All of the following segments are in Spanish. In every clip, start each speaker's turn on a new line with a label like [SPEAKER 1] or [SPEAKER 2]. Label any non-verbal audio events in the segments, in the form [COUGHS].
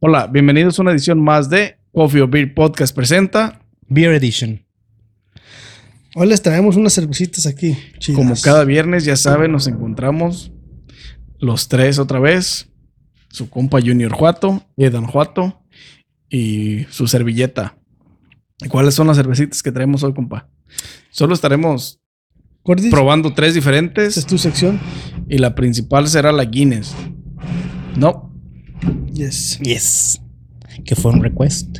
[SPEAKER 1] Hola, bienvenidos a una edición más de Coffee or Beer Podcast presenta,
[SPEAKER 2] Beer Edition. Hoy les traemos unas cervecitas aquí. chidas.
[SPEAKER 1] como cada viernes, ya saben, nos encontramos los tres otra vez, su compa Junior Juato, Edan Juato y su servilleta. ¿Y cuáles son las cervecitas que traemos hoy, compa? Solo estaremos
[SPEAKER 2] Cordis,
[SPEAKER 1] probando tres
[SPEAKER 2] esta es
[SPEAKER 1] diferentes
[SPEAKER 2] tu sección.
[SPEAKER 1] y la principal será la Guinness. No,
[SPEAKER 2] Yes.
[SPEAKER 3] Yes. Que fue un request.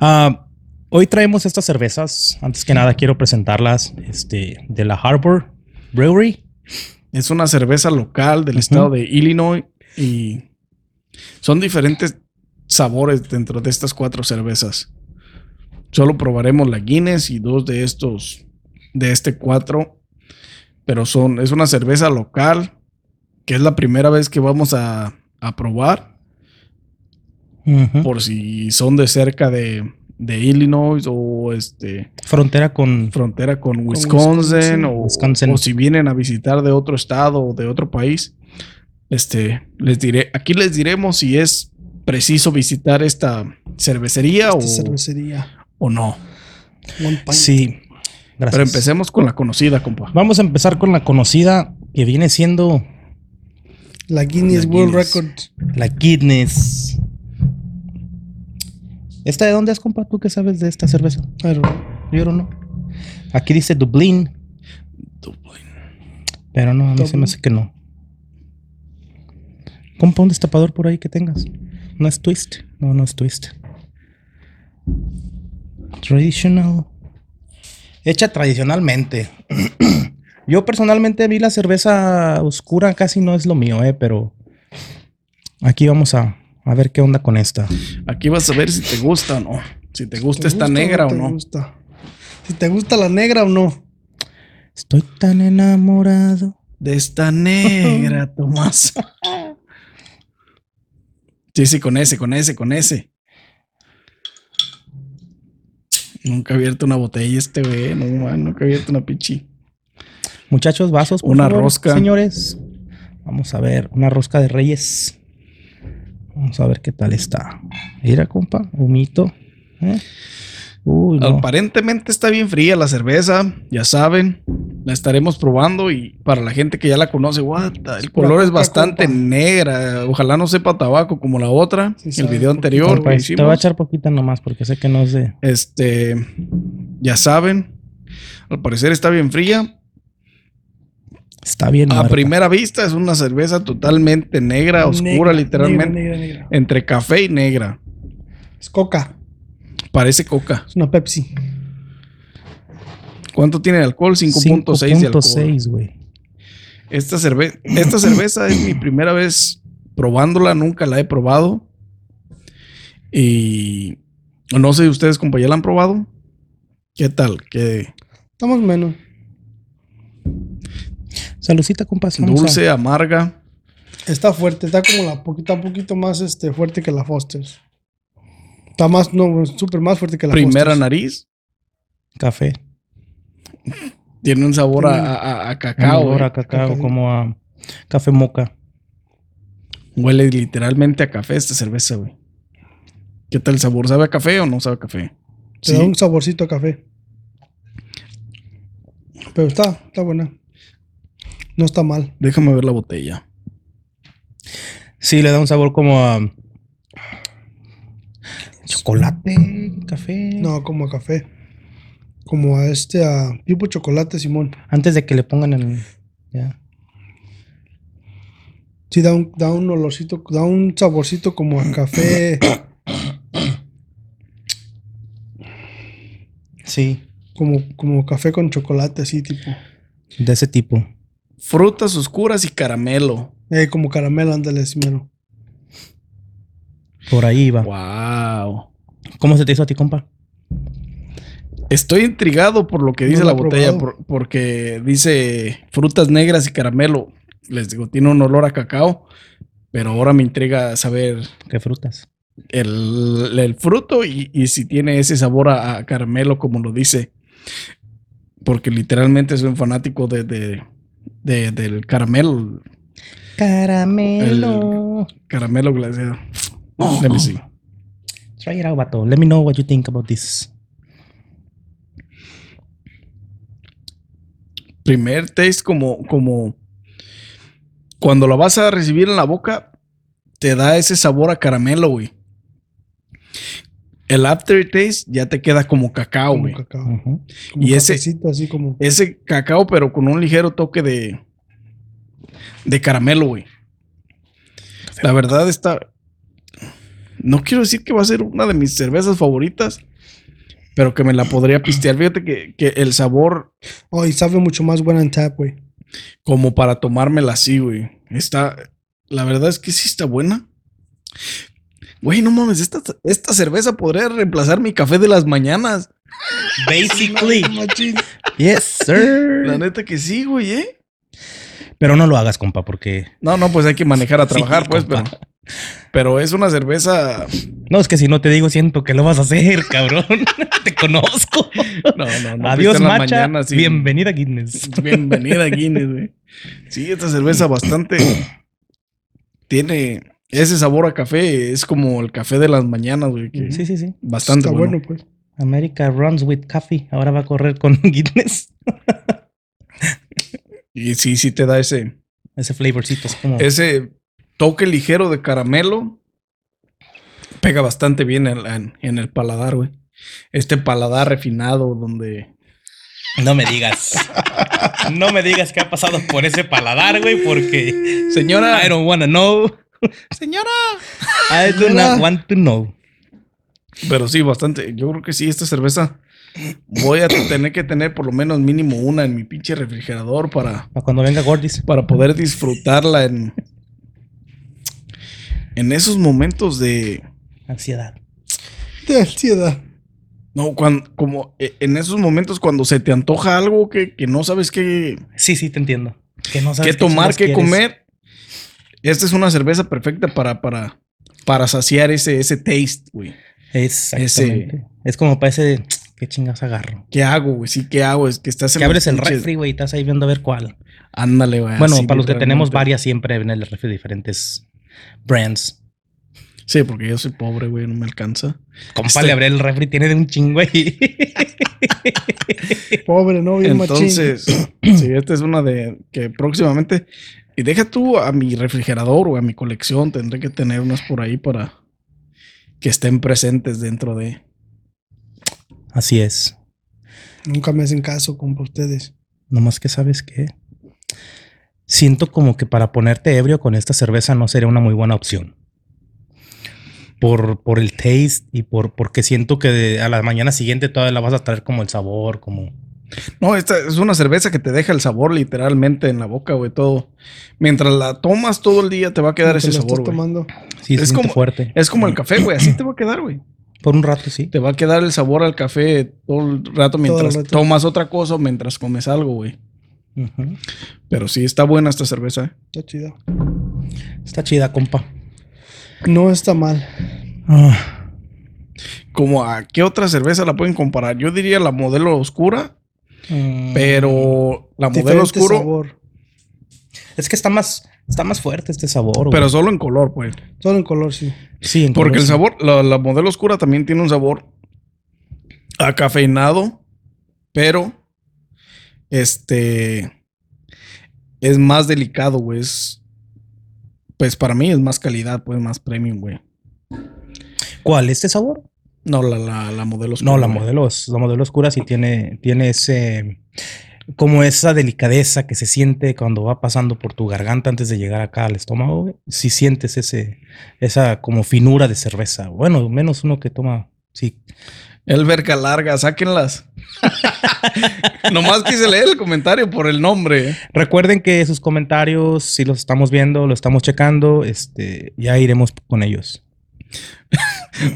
[SPEAKER 3] Ah, hoy traemos estas cervezas. Antes que nada, quiero presentarlas este, de la Harbor Brewery.
[SPEAKER 1] es una cerveza local del estado de Illinois y son diferentes sabores dentro de estas cuatro cervezas. Solo probaremos la Guinness y dos de estos, de este cuatro, pero son, es una cerveza local que es la primera vez que vamos a, a probar
[SPEAKER 3] Ujú.
[SPEAKER 1] por si son de cerca de, de Illinois o este
[SPEAKER 3] Frontera con.
[SPEAKER 1] frontera con
[SPEAKER 2] Wisconsin.
[SPEAKER 1] Wisconsin, o,
[SPEAKER 3] Wisconsin.
[SPEAKER 1] o si vienen a visitar de otro estado o de otro país, este, les diré, aquí les diremos si es preciso visitar esta cervecería
[SPEAKER 2] Esta
[SPEAKER 1] o,
[SPEAKER 2] cervecería.
[SPEAKER 1] o no.
[SPEAKER 2] One Pint.
[SPEAKER 3] Sí. Gracias.
[SPEAKER 1] Pero empecemos con la conocida, compa.
[SPEAKER 3] Vamos a empezar con la conocida que viene siendo
[SPEAKER 2] La Guinness
[SPEAKER 1] La
[SPEAKER 2] World
[SPEAKER 1] Guinness.
[SPEAKER 2] Record.
[SPEAKER 3] la Guinness. ¿Esta de dónde es, compa? ¿Tú qué sabes de esta cerveza?
[SPEAKER 2] Pero
[SPEAKER 3] Yo no. Aquí dice Dublín, pero no, a mí se
[SPEAKER 2] Dublín.
[SPEAKER 3] me hace que no. Compa, un destapador por ahí que tengas. No es twist. No, no es twist. Traditional. Hecha tradicionalmente. [CLEARS THROAT] Yo personalmente vi la cerveza oscura, casi no es lo mío, eh, pero aquí vamos a, a ver qué onda con esta.
[SPEAKER 1] Aquí vas a ver si te gusta o no. Si te gusta
[SPEAKER 2] ¿te
[SPEAKER 1] esta
[SPEAKER 2] gusta
[SPEAKER 1] negra o
[SPEAKER 2] te
[SPEAKER 1] no.
[SPEAKER 2] gusta? Si te gusta la negra o no.
[SPEAKER 3] Estoy tan enamorado.
[SPEAKER 1] De esta
[SPEAKER 3] [LAUGHS]
[SPEAKER 1] negra, Tomás. Sí, sí, con ese, con ese, con ese. Nunca he abierto una botella este, güey. No, man, nunca he abierto una pichi.
[SPEAKER 3] Muchachos, vasos.
[SPEAKER 1] Una rosca.
[SPEAKER 3] Señores, vamos a ver, una rosca de reyes. Vamos a ver qué tal está. Mira, compa, humito. ¿eh? Uy, Pues no.
[SPEAKER 1] Aparentemente está bien fría la cerveza, ya saben. La estaremos probando y para la gente que ya la conoce, what the- el
[SPEAKER 2] pura
[SPEAKER 1] color es
[SPEAKER 2] coca,
[SPEAKER 1] bastante
[SPEAKER 2] compa.
[SPEAKER 1] negra. Ojalá no sepa a tabaco como la otra.
[SPEAKER 2] Sí,
[SPEAKER 1] el
[SPEAKER 2] sabe,
[SPEAKER 1] video
[SPEAKER 2] poquito,
[SPEAKER 1] anterior
[SPEAKER 3] Compa,
[SPEAKER 1] que
[SPEAKER 3] te voy a
[SPEAKER 1] hicimos.
[SPEAKER 3] echar poquita nomás porque sé que no es de.
[SPEAKER 1] Este, ya saben, al parecer está bien fría.
[SPEAKER 3] Está bien.
[SPEAKER 1] A
[SPEAKER 3] muerta.
[SPEAKER 1] primera vista es una cerveza totalmente negra, oscura,
[SPEAKER 2] Negra,
[SPEAKER 1] literalmente,
[SPEAKER 2] Negra, negra, negra.
[SPEAKER 1] entre café y negra.
[SPEAKER 2] Es coca.
[SPEAKER 1] Parece coca.
[SPEAKER 2] Es una Pepsi.
[SPEAKER 1] ¿Cuánto tiene de alcohol? 5.6 de alcohol.
[SPEAKER 3] 5.6, güey.
[SPEAKER 1] Esta, cerve- esta cerveza es mi primera vez probándola, nunca la he probado. Y no sé si ustedes, compañía, la han probado. ¿Qué tal? ¿Qué
[SPEAKER 2] Estamos menos.
[SPEAKER 3] Salucita, compa. vamos a-
[SPEAKER 1] dulce, amarga?
[SPEAKER 2] Está fuerte. Está como la poquita, un poquito más este, fuerte que la Foster's. Está más, no, súper más fuerte que la
[SPEAKER 1] Primera
[SPEAKER 2] Foster's.
[SPEAKER 1] nariz.
[SPEAKER 3] Café.
[SPEAKER 1] Tiene un sabor a,
[SPEAKER 2] Tiene
[SPEAKER 1] a- a
[SPEAKER 3] Cacao.
[SPEAKER 1] cacao. eh.
[SPEAKER 3] cacao,
[SPEAKER 2] Café.
[SPEAKER 3] como a café moca.
[SPEAKER 1] Huele literalmente a café esta cerveza, güey. ¿Qué tal el sabor? ¿Sabe a café o no sabe a café?
[SPEAKER 2] Te da un saborcito a café. Pero está, está buena. No está mal.
[SPEAKER 1] Déjame ver la botella.
[SPEAKER 3] Sí, le da un sabor como a. Chocolate, café.
[SPEAKER 2] No, como a café. Como a este, a tipo chocolate, Simón.
[SPEAKER 3] Antes de que le pongan el. Ya.
[SPEAKER 2] Sí, da un, da un olorcito, da un saborcito como a
[SPEAKER 1] [COUGHS]
[SPEAKER 2] café,
[SPEAKER 3] Sí.
[SPEAKER 2] como, como café con chocolate, así tipo.
[SPEAKER 3] De ese tipo.
[SPEAKER 1] Frutas oscuras y caramelo.
[SPEAKER 2] Eh, como caramelo, ándale, Simero.
[SPEAKER 1] Ah,
[SPEAKER 3] Por ahí va.
[SPEAKER 1] Wow.
[SPEAKER 3] ¿Cómo se te hizo a ti, compa?
[SPEAKER 1] Estoy intrigado por lo que
[SPEAKER 2] No
[SPEAKER 1] dice
[SPEAKER 2] lo
[SPEAKER 1] la
[SPEAKER 2] he
[SPEAKER 1] botella,
[SPEAKER 2] probado.
[SPEAKER 1] por- porque dice frutas negras y caramelo. Les digo, tiene un olor a cacao, pero ahora me intriga saber
[SPEAKER 3] ¿Qué frutas?
[SPEAKER 1] el, el fruto y, y si tiene ese sabor a, a caramelo, como lo dice. Porque literalmente soy un fanático de, de- de- del caramelo,
[SPEAKER 3] Caramelo.
[SPEAKER 1] caramelo glaseado. Let me see.
[SPEAKER 3] Try it out, vato. Let me know what you think about this.
[SPEAKER 1] Primer taste como, como cuando lo vas a recibir en la boca, te da ese sabor a caramelo, güey. El aftertaste ya te queda como cacao,
[SPEAKER 2] Como
[SPEAKER 1] güey. Mm.
[SPEAKER 2] cacao.
[SPEAKER 3] Ujú.
[SPEAKER 2] Como
[SPEAKER 1] Y ese- eh,
[SPEAKER 2] cafecito, así como.
[SPEAKER 1] Ese cacao, pero con un ligero toque de. de caramelo, güey. La verdad está. No quiero decir que va a ser una de mis cervezas favoritas, pero que me la podría pistear. Fíjate que, que el sabor,
[SPEAKER 2] Oh, y sabe mucho más buena en tap, güey.
[SPEAKER 1] como para tomármela así, güey. Está. La verdad es que sí está buena. Güey, no mames, esta, esta cerveza podría reemplazar mi café de las
[SPEAKER 3] [LAUGHS]
[SPEAKER 1] mañanas.
[SPEAKER 3] Basically.
[SPEAKER 2] Machín.
[SPEAKER 3] yes,
[SPEAKER 1] La
[SPEAKER 3] sir.
[SPEAKER 1] neta que sí, güey, ¿eh?
[SPEAKER 3] Pero no lo hagas, compa, porque.
[SPEAKER 1] No, no, pues hay que manejar a trabajar,
[SPEAKER 3] Sí,
[SPEAKER 1] pues, pero,
[SPEAKER 3] compa.
[SPEAKER 1] pero es una cerveza.
[SPEAKER 3] No, es que si no te digo, siento que lo vas a hacer, [LAUGHS] cabrón. te conozco.
[SPEAKER 1] No, no, no.
[SPEAKER 3] Adiós,
[SPEAKER 1] fuiste pues, en la
[SPEAKER 3] macha.
[SPEAKER 1] mañana, sí.
[SPEAKER 3] Bienvenida, Guinness.
[SPEAKER 1] Bienvenida, Guinness, güey. Sí, esta cerveza bastante. [CLEARS THROAT] tiene ese sabor a café. Es como el café de las mañanas, güey. que
[SPEAKER 3] Sí, sí, sí.
[SPEAKER 1] Bastante
[SPEAKER 2] Está
[SPEAKER 1] bueno.
[SPEAKER 2] bueno, pues.
[SPEAKER 3] America runs with coffee. Ahora va a correr con [LAUGHS] Guinness.
[SPEAKER 1] Y sí, sí te da ese,
[SPEAKER 3] Ese flavorcito es como.
[SPEAKER 1] ese toque ligero de caramelo. Pega bastante bien en, en- en el paladar, güey. Este paladar refinado donde.
[SPEAKER 3] No me digas. No me digas que ha pasado por ese paladar, güey, porque.
[SPEAKER 1] Señora,
[SPEAKER 3] I don't wanna know.
[SPEAKER 1] señora.
[SPEAKER 3] I do not want to know.
[SPEAKER 1] Pero sí, bastante. Yo creo que sí, esta cerveza voy a tener que tener por lo menos mínimo una en mi pinche refrigerador para,
[SPEAKER 3] Para cuando venga Gordis.
[SPEAKER 1] para poder disfrutarla en, en esos momentos de...
[SPEAKER 3] Ansiedad.
[SPEAKER 2] De [LAUGHS] ansiedad.
[SPEAKER 1] No, cuando, como eh, en esos momentos cuando se te antoja algo que, que no sabes qué,
[SPEAKER 3] Sí, sí, te entiendo. Que no
[SPEAKER 1] qué
[SPEAKER 3] sabes
[SPEAKER 1] tomar,
[SPEAKER 3] chingados
[SPEAKER 1] qué
[SPEAKER 3] quieres.
[SPEAKER 1] comer. Esta es una cerveza perfecta para, para, para saciar ese, ese taste, güey.
[SPEAKER 3] Exactamente. Es como para ese. ¿Qué chingados agarro?
[SPEAKER 1] ¿Qué hago, güey? Sí, ¿qué hago? Es que estás en
[SPEAKER 3] Que
[SPEAKER 1] los
[SPEAKER 3] abres el
[SPEAKER 1] pinches-
[SPEAKER 3] refri, güey, y estás ahí viendo a ver cuál.
[SPEAKER 1] Ándale, güey.
[SPEAKER 3] bueno,
[SPEAKER 1] así
[SPEAKER 3] para los que tenemos
[SPEAKER 1] literalmente.
[SPEAKER 3] varias siempre en el refri diferentes brands.
[SPEAKER 1] Sí, porque yo soy pobre, güey, no me alcanza.
[SPEAKER 3] Compa,
[SPEAKER 1] Este-
[SPEAKER 3] le abre el refri, tiene de un chingo ahí.
[SPEAKER 2] Pobre, no, bien machín. [CLEARS THROAT]
[SPEAKER 1] Entonces, sí, esta es una de que próximamente. Y deja tú a mi refrigerador o a mi colección, tendré que tener unas por ahí para que estén presentes dentro de.
[SPEAKER 3] [LAUGHS] Así es.
[SPEAKER 2] Nunca me hacen caso, como ustedes.
[SPEAKER 3] Nomás que sabes qué. Siento como que para ponerte ebrio con esta cerveza no sería una muy buena opción. Por, por el taste y por porque siento que de- a la mañana siguiente todavía la vas a traer como el sabor, como...
[SPEAKER 1] No, esta es una cerveza que te deja el sabor literalmente en la boca, güey, todo. Mientras la tomas todo el día te va a quedar
[SPEAKER 2] Lo que
[SPEAKER 1] ese
[SPEAKER 2] lo
[SPEAKER 1] sabor,
[SPEAKER 2] estás
[SPEAKER 1] güey.
[SPEAKER 2] tomando.
[SPEAKER 3] Sí,
[SPEAKER 1] Es
[SPEAKER 3] es como
[SPEAKER 1] como-
[SPEAKER 3] fuerte.
[SPEAKER 1] Es como el café, güey, así te va a quedar, güey.
[SPEAKER 3] Por un rato, sí.
[SPEAKER 1] Te va a quedar el sabor al café todo el rato mientras
[SPEAKER 2] rato.
[SPEAKER 1] tomas otra cosa o mientras comes algo, güey.
[SPEAKER 3] Ujú.
[SPEAKER 1] Pero sí, está buena esta cerveza. ¿eh?
[SPEAKER 2] Está chido.
[SPEAKER 3] Está chida, compa.
[SPEAKER 2] No está mal.
[SPEAKER 3] Ah,
[SPEAKER 1] como a qué otra cerveza la pueden comparar. Yo diría la modelo oscura,
[SPEAKER 3] mm.
[SPEAKER 1] pero la modelo
[SPEAKER 2] Diferente
[SPEAKER 1] oscuro,
[SPEAKER 2] sabor.
[SPEAKER 3] Es que está más, está más fuerte este sabor.
[SPEAKER 1] pero
[SPEAKER 3] güey.
[SPEAKER 1] solo en color, pues.
[SPEAKER 2] Solo en color, sí.
[SPEAKER 3] sí, en
[SPEAKER 1] Porque
[SPEAKER 3] color,
[SPEAKER 1] el
[SPEAKER 3] sí.
[SPEAKER 1] sabor, la, la modelo oscura también tiene un sabor acafeinado, pero este es más delicado, güey. Es, pues para mí es más calidad, pues más premium, güey.
[SPEAKER 3] ¿Cuál? ¿Este sabor?
[SPEAKER 1] No, la, la, la modelo oscura.
[SPEAKER 3] No, la
[SPEAKER 1] güey.
[SPEAKER 3] modelo, os- la modelo oscura sí tiene, tiene ese, como esa delicadeza que se siente cuando va pasando por tu garganta antes de llegar acá al estómago. güey. Sí sientes ese, esa como finura de cerveza. Bueno, menos uno que toma, sí.
[SPEAKER 1] El verca larga, sáquenlas. [LAUGHS] Nomás quise leer el comentario por el nombre.
[SPEAKER 3] Recuerden que sus comentarios, si los estamos viendo, lo estamos checando, este, ya iremos con ellos.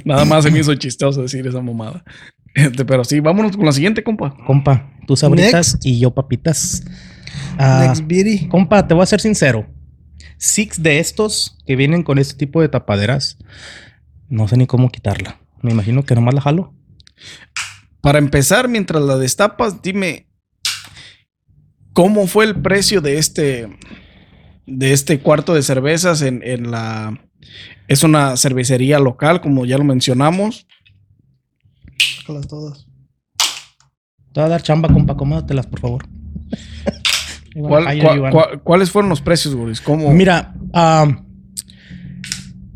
[SPEAKER 1] Nada más se me hizo chistoso decir esa mamada. Este, pero sí, vámonos con la siguiente, compa.
[SPEAKER 3] Compa, tú sabritas y yo papitas. Ah,
[SPEAKER 2] Next Beauty.
[SPEAKER 3] Compa, te voy a ser sincero. Six de estos que vienen con este tipo de tapaderas, no sé ni cómo quitarla. Me imagino que nomás la jalo.
[SPEAKER 1] Para empezar, mientras la destapas, dime cómo fue el precio de este de este cuarto de cervezas en, en la Es una cervecería local, como ya lo mencionamos.
[SPEAKER 2] Sácalas todas.
[SPEAKER 3] Te va a dar chamba, compa. Cómodatelas, por favor.
[SPEAKER 1] ¿Cuál-
[SPEAKER 3] Ay, ay,
[SPEAKER 1] cua-
[SPEAKER 3] [LAUGHS] Iván.
[SPEAKER 1] cua- ¿Cuáles fueron los precios, Boris? ¿Cómo?
[SPEAKER 3] Mira, am,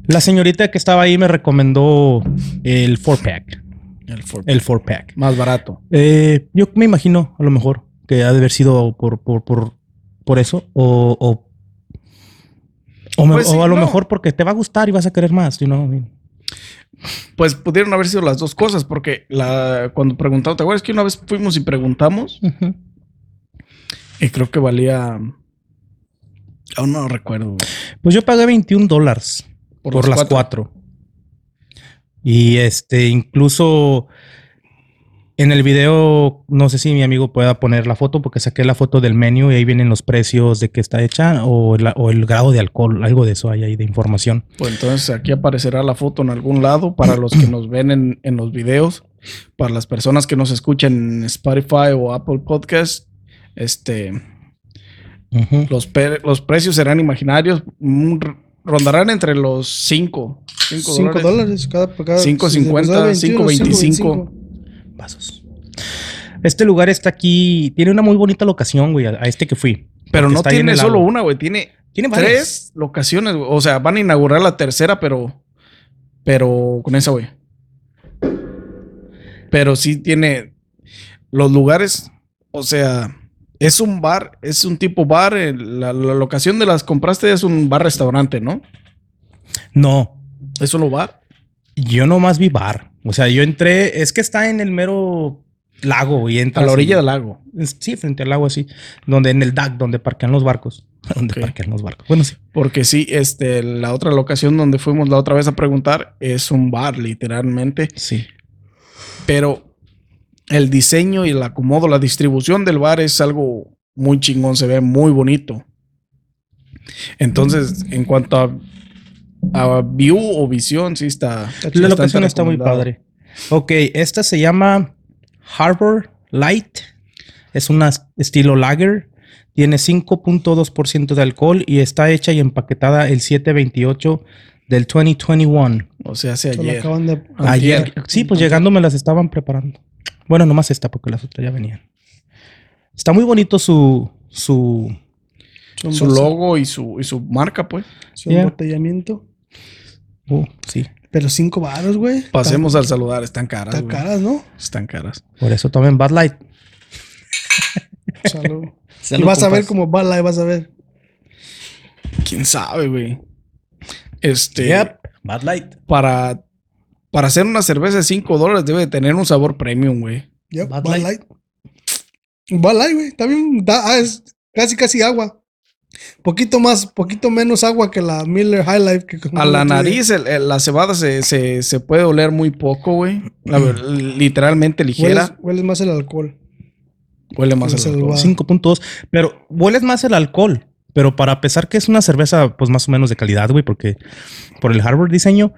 [SPEAKER 3] la señorita que estaba ahí me recomendó el 4-pack.
[SPEAKER 1] el Ford.
[SPEAKER 3] El 4-pack.
[SPEAKER 1] más barato.
[SPEAKER 3] Eh, yo me imagino, a lo mejor, que ha de haber sido por, por, por, por eso. O, o, o me-
[SPEAKER 1] Pues
[SPEAKER 3] o
[SPEAKER 1] sí,
[SPEAKER 3] a lo
[SPEAKER 1] no.
[SPEAKER 3] mejor porque te va a gustar y vas a querer más. You know?
[SPEAKER 1] Pues pudieron haber sido las dos cosas, porque la, cuando preguntamos, ¿te acuerdas que una vez fuimos y preguntamos?
[SPEAKER 3] Ujú.
[SPEAKER 1] Y creo que valía. Aún no recuerdo. güey.
[SPEAKER 3] Pues yo pagué 21 dólares por, las cuatro. Y este, incluso en el video, no sé si mi amigo pueda poner la foto, porque saqué la foto del menú y ahí vienen los precios de que está hecha o, la- o el grado de alcohol, algo de eso hay ahí de información.
[SPEAKER 1] Pues entonces aquí aparecerá la foto en algún lado para los que nos ven en, en los videos, para las personas que nos escuchan en Spotify o Apple Podcast. Este,
[SPEAKER 3] Ujú.
[SPEAKER 1] los, pe- los precios serán imaginarios, mm, r- rondarán entre los 5,
[SPEAKER 2] 5 dólares cada por cada.
[SPEAKER 1] Cinco
[SPEAKER 2] si se
[SPEAKER 1] cincuenta,
[SPEAKER 2] empezaba 21,
[SPEAKER 1] cinco
[SPEAKER 2] cinco
[SPEAKER 1] veinticinco.
[SPEAKER 2] veinticinco.
[SPEAKER 3] Vasos. Este lugar está aquí, tiene una muy bonita locación, güey, a, a este que fui.
[SPEAKER 1] Pero
[SPEAKER 3] porque
[SPEAKER 1] no
[SPEAKER 3] está ahí en
[SPEAKER 1] tiene
[SPEAKER 3] el
[SPEAKER 1] solo
[SPEAKER 3] lago.
[SPEAKER 1] una, güey, tiene
[SPEAKER 3] Tiene varias.
[SPEAKER 1] tres locaciones, güey. o sea, van a inaugurar la tercera, pero pero con esa, güey. Pero sí tiene los lugares, o sea, es un bar, es un tipo bar, eh, la, la locación de las compraste es un bar restaurante, ¿no?
[SPEAKER 3] No,
[SPEAKER 1] Es solo bar.
[SPEAKER 3] yo nomás vi bar. O sea, yo entré, es que está en el mero lago y entra
[SPEAKER 1] A la orilla del lago.
[SPEAKER 3] Es- Sí, frente al lago así, donde en el DAC, donde parquean los barcos. [LAUGHS] Donde
[SPEAKER 1] Ok.
[SPEAKER 3] parquean los barcos. Bueno, sí.
[SPEAKER 1] Porque sí, este, la otra locación donde fuimos la otra vez a preguntar es un bar, literalmente.
[SPEAKER 3] Sí.
[SPEAKER 1] Pero el diseño y el acomodo, la distribución del bar es algo muy chingón, se ve muy bonito. Entonces,
[SPEAKER 3] Mm.
[SPEAKER 1] en cuanto a, a view o visión, sí está.
[SPEAKER 3] La
[SPEAKER 1] bastante
[SPEAKER 3] locación está muy
[SPEAKER 1] recomendado.
[SPEAKER 3] padre. Ok, esta se llama Harbor Light. Es una s- estilo lager. Tiene 5.2% de alcohol y está hecha y empaquetada el 728 del 2021.
[SPEAKER 1] O sea, hace
[SPEAKER 2] Se la
[SPEAKER 1] ayer. Ah,
[SPEAKER 2] acaban de.
[SPEAKER 1] Antier.
[SPEAKER 3] Ayer. Sí, pues llegando me las estaban preparando. Bueno, nomás esta porque las otras ya venían. Está muy bonito su, su,
[SPEAKER 2] son
[SPEAKER 1] Su
[SPEAKER 2] base-
[SPEAKER 1] logo y su, y su marca, pues.
[SPEAKER 2] Su
[SPEAKER 3] Yeah.
[SPEAKER 2] embotellamiento.
[SPEAKER 3] oh, sí.
[SPEAKER 2] Pero 5 baros, güey. Está-
[SPEAKER 1] Pasemos al saludar, están caras.
[SPEAKER 2] Está
[SPEAKER 1] güey.
[SPEAKER 2] caras, ¿no?
[SPEAKER 1] [LAUGHS] Están caras.
[SPEAKER 3] Por eso tomen Bad Light.
[SPEAKER 2] Salud. y vas a ver como bala, y vas a ver.
[SPEAKER 1] Quién sabe, güey. Este.
[SPEAKER 3] Bad Light.
[SPEAKER 1] Para, para hacer una cerveza de 5 dólares debe de tener un sabor premium, güey.
[SPEAKER 2] Ya,
[SPEAKER 3] Bud
[SPEAKER 2] Bud
[SPEAKER 3] Light.
[SPEAKER 2] Light. Bud Light, güey. Está bien. da- ah, es casi, casi agua. Poquito más, poquito menos agua que la Miller High Life. Que
[SPEAKER 1] A la nariz, el- el- la cebada se, se- se puede oler muy poco, güey. La ver- literalmente
[SPEAKER 2] Hueles,
[SPEAKER 1] ligera.
[SPEAKER 2] hueles más el alcohol.
[SPEAKER 1] Huele más
[SPEAKER 2] hueles
[SPEAKER 1] al
[SPEAKER 2] al
[SPEAKER 1] alcohol.
[SPEAKER 2] guau.
[SPEAKER 3] 5.2. Pero hueles más el alcohol. Pero para pesar que es una cerveza, pues más o menos de calidad, güey, porque por el hardware diseño,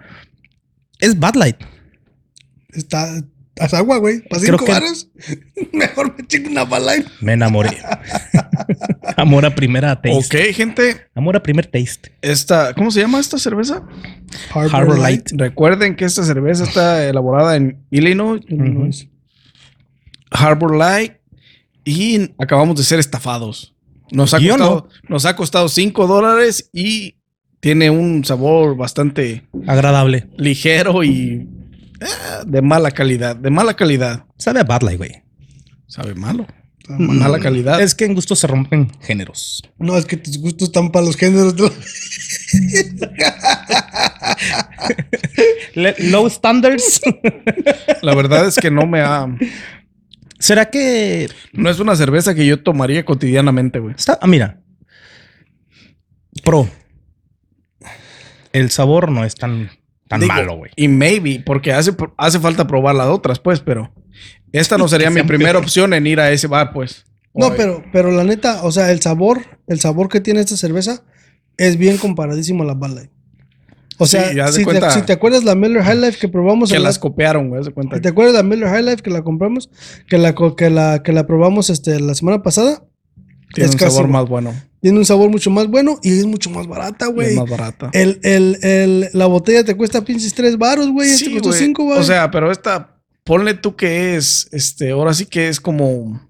[SPEAKER 3] es Bad Light.
[SPEAKER 2] Está. Haz agua, güey. Para
[SPEAKER 3] Creo
[SPEAKER 2] cinco
[SPEAKER 3] que-
[SPEAKER 2] baros. [LAUGHS] Mejor me chingo una Bud Light.
[SPEAKER 3] Me enamoré. Amor a primera taste.
[SPEAKER 1] Ok, gente.
[SPEAKER 3] Amor a primer taste.
[SPEAKER 1] Esta, ¿Cómo se llama esta cerveza?
[SPEAKER 2] Harbor,
[SPEAKER 3] Harbor Light.
[SPEAKER 1] Recuerden que esta cerveza está elaborada en Illinois,
[SPEAKER 2] Illinois.
[SPEAKER 1] Harbor Light. Y acabamos de ser estafados. Nos ha
[SPEAKER 3] Yo
[SPEAKER 1] costado, nos ha costado 5 dólares y tiene un sabor bastante
[SPEAKER 3] Agradable.
[SPEAKER 1] ligero y ah, de mala calidad. De mala calidad.
[SPEAKER 3] Sabe a Bad Light, güey.
[SPEAKER 1] Sabe malo.
[SPEAKER 2] Está mal.
[SPEAKER 3] Mm.
[SPEAKER 1] Mala calidad.
[SPEAKER 3] Es que en gusto se rompen géneros.
[SPEAKER 2] No, es que tus gustos están para los géneros. de la-
[SPEAKER 3] Le- low standards.
[SPEAKER 1] La verdad es que no me ha.
[SPEAKER 3] [LAUGHS] ¿Será que
[SPEAKER 1] No es una cerveza que yo tomaría cotidianamente, güey.
[SPEAKER 3] Está, ah, mira. Pro. El sabor no es tan, tan
[SPEAKER 1] Digo,
[SPEAKER 3] malo, güey.
[SPEAKER 1] Y maybe, porque hace, hace falta probar las otras, pues, pero esta
[SPEAKER 3] [LAUGHS]
[SPEAKER 1] no sería
[SPEAKER 3] Que
[SPEAKER 1] mi
[SPEAKER 3] sean
[SPEAKER 1] primera
[SPEAKER 3] peor.
[SPEAKER 1] opción en ir a ese bar, pues.
[SPEAKER 2] [LAUGHS] No,
[SPEAKER 1] Oye,
[SPEAKER 2] pero, pero la neta, o sea, el sabor, el sabor que tiene esta cerveza es bien comparadísimo a la Bud Light. O
[SPEAKER 1] Sí,
[SPEAKER 2] sea,
[SPEAKER 1] ya de
[SPEAKER 2] si, te,
[SPEAKER 1] cuenta-
[SPEAKER 2] si te acuerdas la Miller High Life que probamos,
[SPEAKER 1] Que
[SPEAKER 2] en la-
[SPEAKER 1] las copiaron, güey, haz de cuenta.
[SPEAKER 2] si ¿te acuerdas la Miller High Life que la compramos, que la, co- que la, que la probamos este, la semana pasada?
[SPEAKER 1] Tiene
[SPEAKER 2] Es
[SPEAKER 1] un
[SPEAKER 2] casi
[SPEAKER 1] sabor
[SPEAKER 2] igual.
[SPEAKER 1] más bueno.
[SPEAKER 2] Tiene un sabor mucho más bueno y es mucho más barata,
[SPEAKER 1] y es
[SPEAKER 2] güey.
[SPEAKER 1] más barata.
[SPEAKER 2] El, el, el, la botella te cuesta pinches tres baros, güey. Este
[SPEAKER 1] Sí,
[SPEAKER 2] costó
[SPEAKER 1] güey.
[SPEAKER 2] cinco
[SPEAKER 1] O
[SPEAKER 2] baros.
[SPEAKER 1] sea, pero esta, ponle tú que es, este, ahora sí que es como,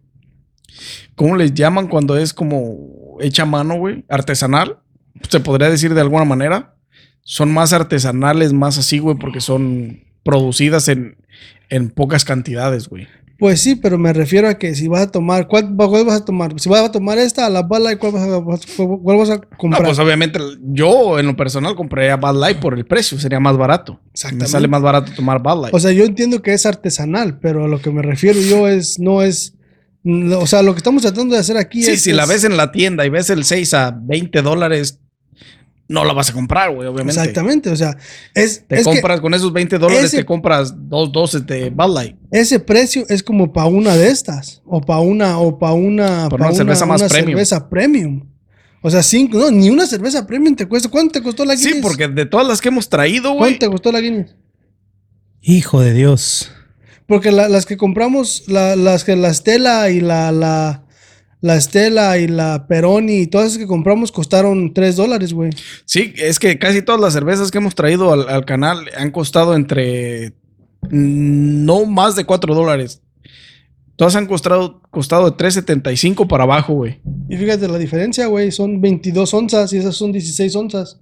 [SPEAKER 1] ¿cómo les llaman cuando es como hecha a mano, güey? Artesanal, pues, se podría decir de alguna manera. Son más artesanales, más así, güey, porque son producidas en, en pocas cantidades, güey.
[SPEAKER 2] pues sí, pero me refiero a que si vas a tomar, ¿cuál, cuál vas a tomar? Si vas a tomar esta, a la bala, ¿cuál vas a, vas- cuál vas a
[SPEAKER 1] No,
[SPEAKER 2] comprar?
[SPEAKER 1] pues obviamente yo en lo personal compraría Bad Light por el precio, sería más barato.
[SPEAKER 2] Exactamente.
[SPEAKER 1] Me sale más barato tomar Bad Light.
[SPEAKER 2] o sea, yo entiendo que es artesanal, pero a lo que me refiero yo es, no es, no, o sea, lo que estamos tratando de hacer aquí
[SPEAKER 1] Sí,
[SPEAKER 2] es...
[SPEAKER 1] si la
[SPEAKER 2] es-
[SPEAKER 1] ves en la tienda y ves el 6 a 20 dólares, no la vas a comprar, güey, obviamente.
[SPEAKER 2] Exactamente, o sea, es,
[SPEAKER 1] Te
[SPEAKER 2] es que
[SPEAKER 1] compras con esos 20 dólares,
[SPEAKER 2] ese-
[SPEAKER 1] te compras dos doces de Bud Light.
[SPEAKER 2] ese precio es como para una de estas, o para una, o para una,
[SPEAKER 1] Para
[SPEAKER 2] pa'
[SPEAKER 1] una cerveza más
[SPEAKER 2] una
[SPEAKER 1] premium.
[SPEAKER 2] cerveza premium. O sea, cinco, no, ni una cerveza premium te cuesta. ¿Cuánto te costó la Guinness?
[SPEAKER 1] Sí, porque de todas las que hemos traído, güey.
[SPEAKER 2] ¿Cuánto te costó la Guinness?
[SPEAKER 3] Hijo de Dios.
[SPEAKER 2] Porque la- las que compramos, la- las que la Estela y la, la, la Estela y la Peroni y todas esas que compramos costaron 3 dólares, güey.
[SPEAKER 1] Sí, es que casi todas las cervezas que hemos traído al, al canal han costado entre mm, no más de 4 dólares. Todas han costado, costado de 3.75 para abajo, güey.
[SPEAKER 2] Y fíjate la diferencia, güey. Son 22 onzas y esas son 16 onzas.